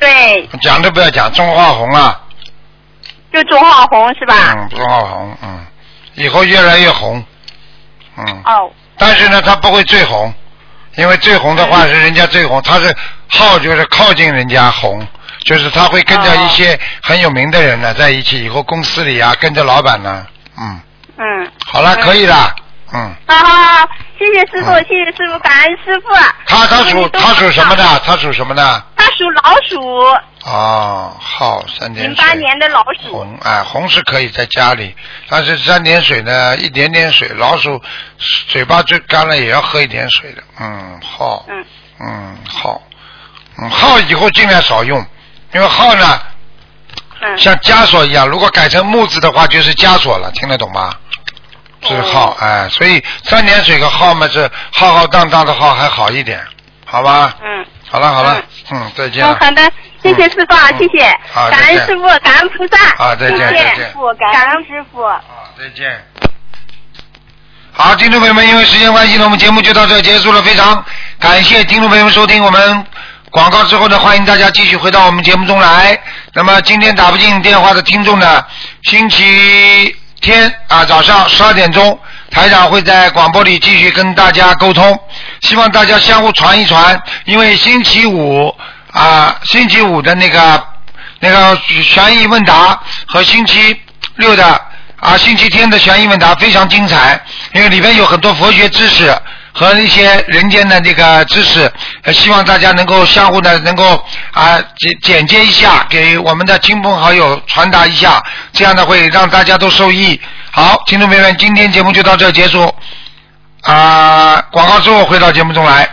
K: 对，
A: 讲都不要讲，钟浩红啊，
K: 就钟浩红是吧？
A: 嗯，钟浩红，嗯，以后越来越红，嗯。
K: 哦。
A: 但是呢，他不会最红，因为最红的
K: 嗯
A: 话是人家最红，他是好就是靠近人家红，就是他会跟着一
K: 哦
A: 些很有名的人呢在一起，以后公司里啊跟着老板呢，嗯，
K: 嗯。
A: 好了，
K: 嗯
A: 可以了，嗯，
K: 好好好，谢谢师傅，谢谢师傅，感恩师傅。
A: 他他
K: 师傅
A: 属
K: 你多
A: 他属什么
K: 帮
A: 的？他属什么的？
K: 他属老鼠，
A: 哦，浩三点
K: 零
A: 水
K: 八年的老鼠。
A: 红，哎，红是可以在家里，但是三点水呢，一点点水，老鼠嘴巴最干了也要喝一点水的，嗯，好，
K: 嗯，
A: 嗯，好，嗯，号以后尽量少用，因为号呢，
K: 嗯
A: 像枷锁一样，如果改成木字的话，就是枷锁了，听得懂吗？是号，
K: 哦
A: 哎，所以三点水个号嘛是浩浩荡荡的浩还好一点，好吧？
K: 嗯，
A: 好了好了，嗯，再见
K: 嗯，
A: 了，
K: 好的，谢谢师傅啊，谢谢，
A: 嗯好
K: 感恩
A: 再见
K: 师傅，感恩菩萨，
A: 好再见
K: 谢谢
A: 再见
K: 傅，感恩师傅。
A: 再见。好，听众朋友们，因为时间关系呢，我们节目就到这儿结束了。非常感谢听众朋友们收听我们广告之后呢，欢迎大家继续回到我们节目中来。那么今天打不进电话的听众呢，星期天啊早上十二点钟，台长会在广播里继续跟大家沟通，希望大家相互传一传，因为星期五啊，星期五的那个那个悬疑问答和星期六的啊，星期天的悬疑问答非常精彩，因为里边有很多佛学知识和一些人间的这个知识，呃希望大家能够相互的能够啊简简介一下，给我们的亲朋好友传达一下，这样呢会让大家都受益。好，听众朋友们，今天节目就到这儿结束。啊，广告之后回到节目中来。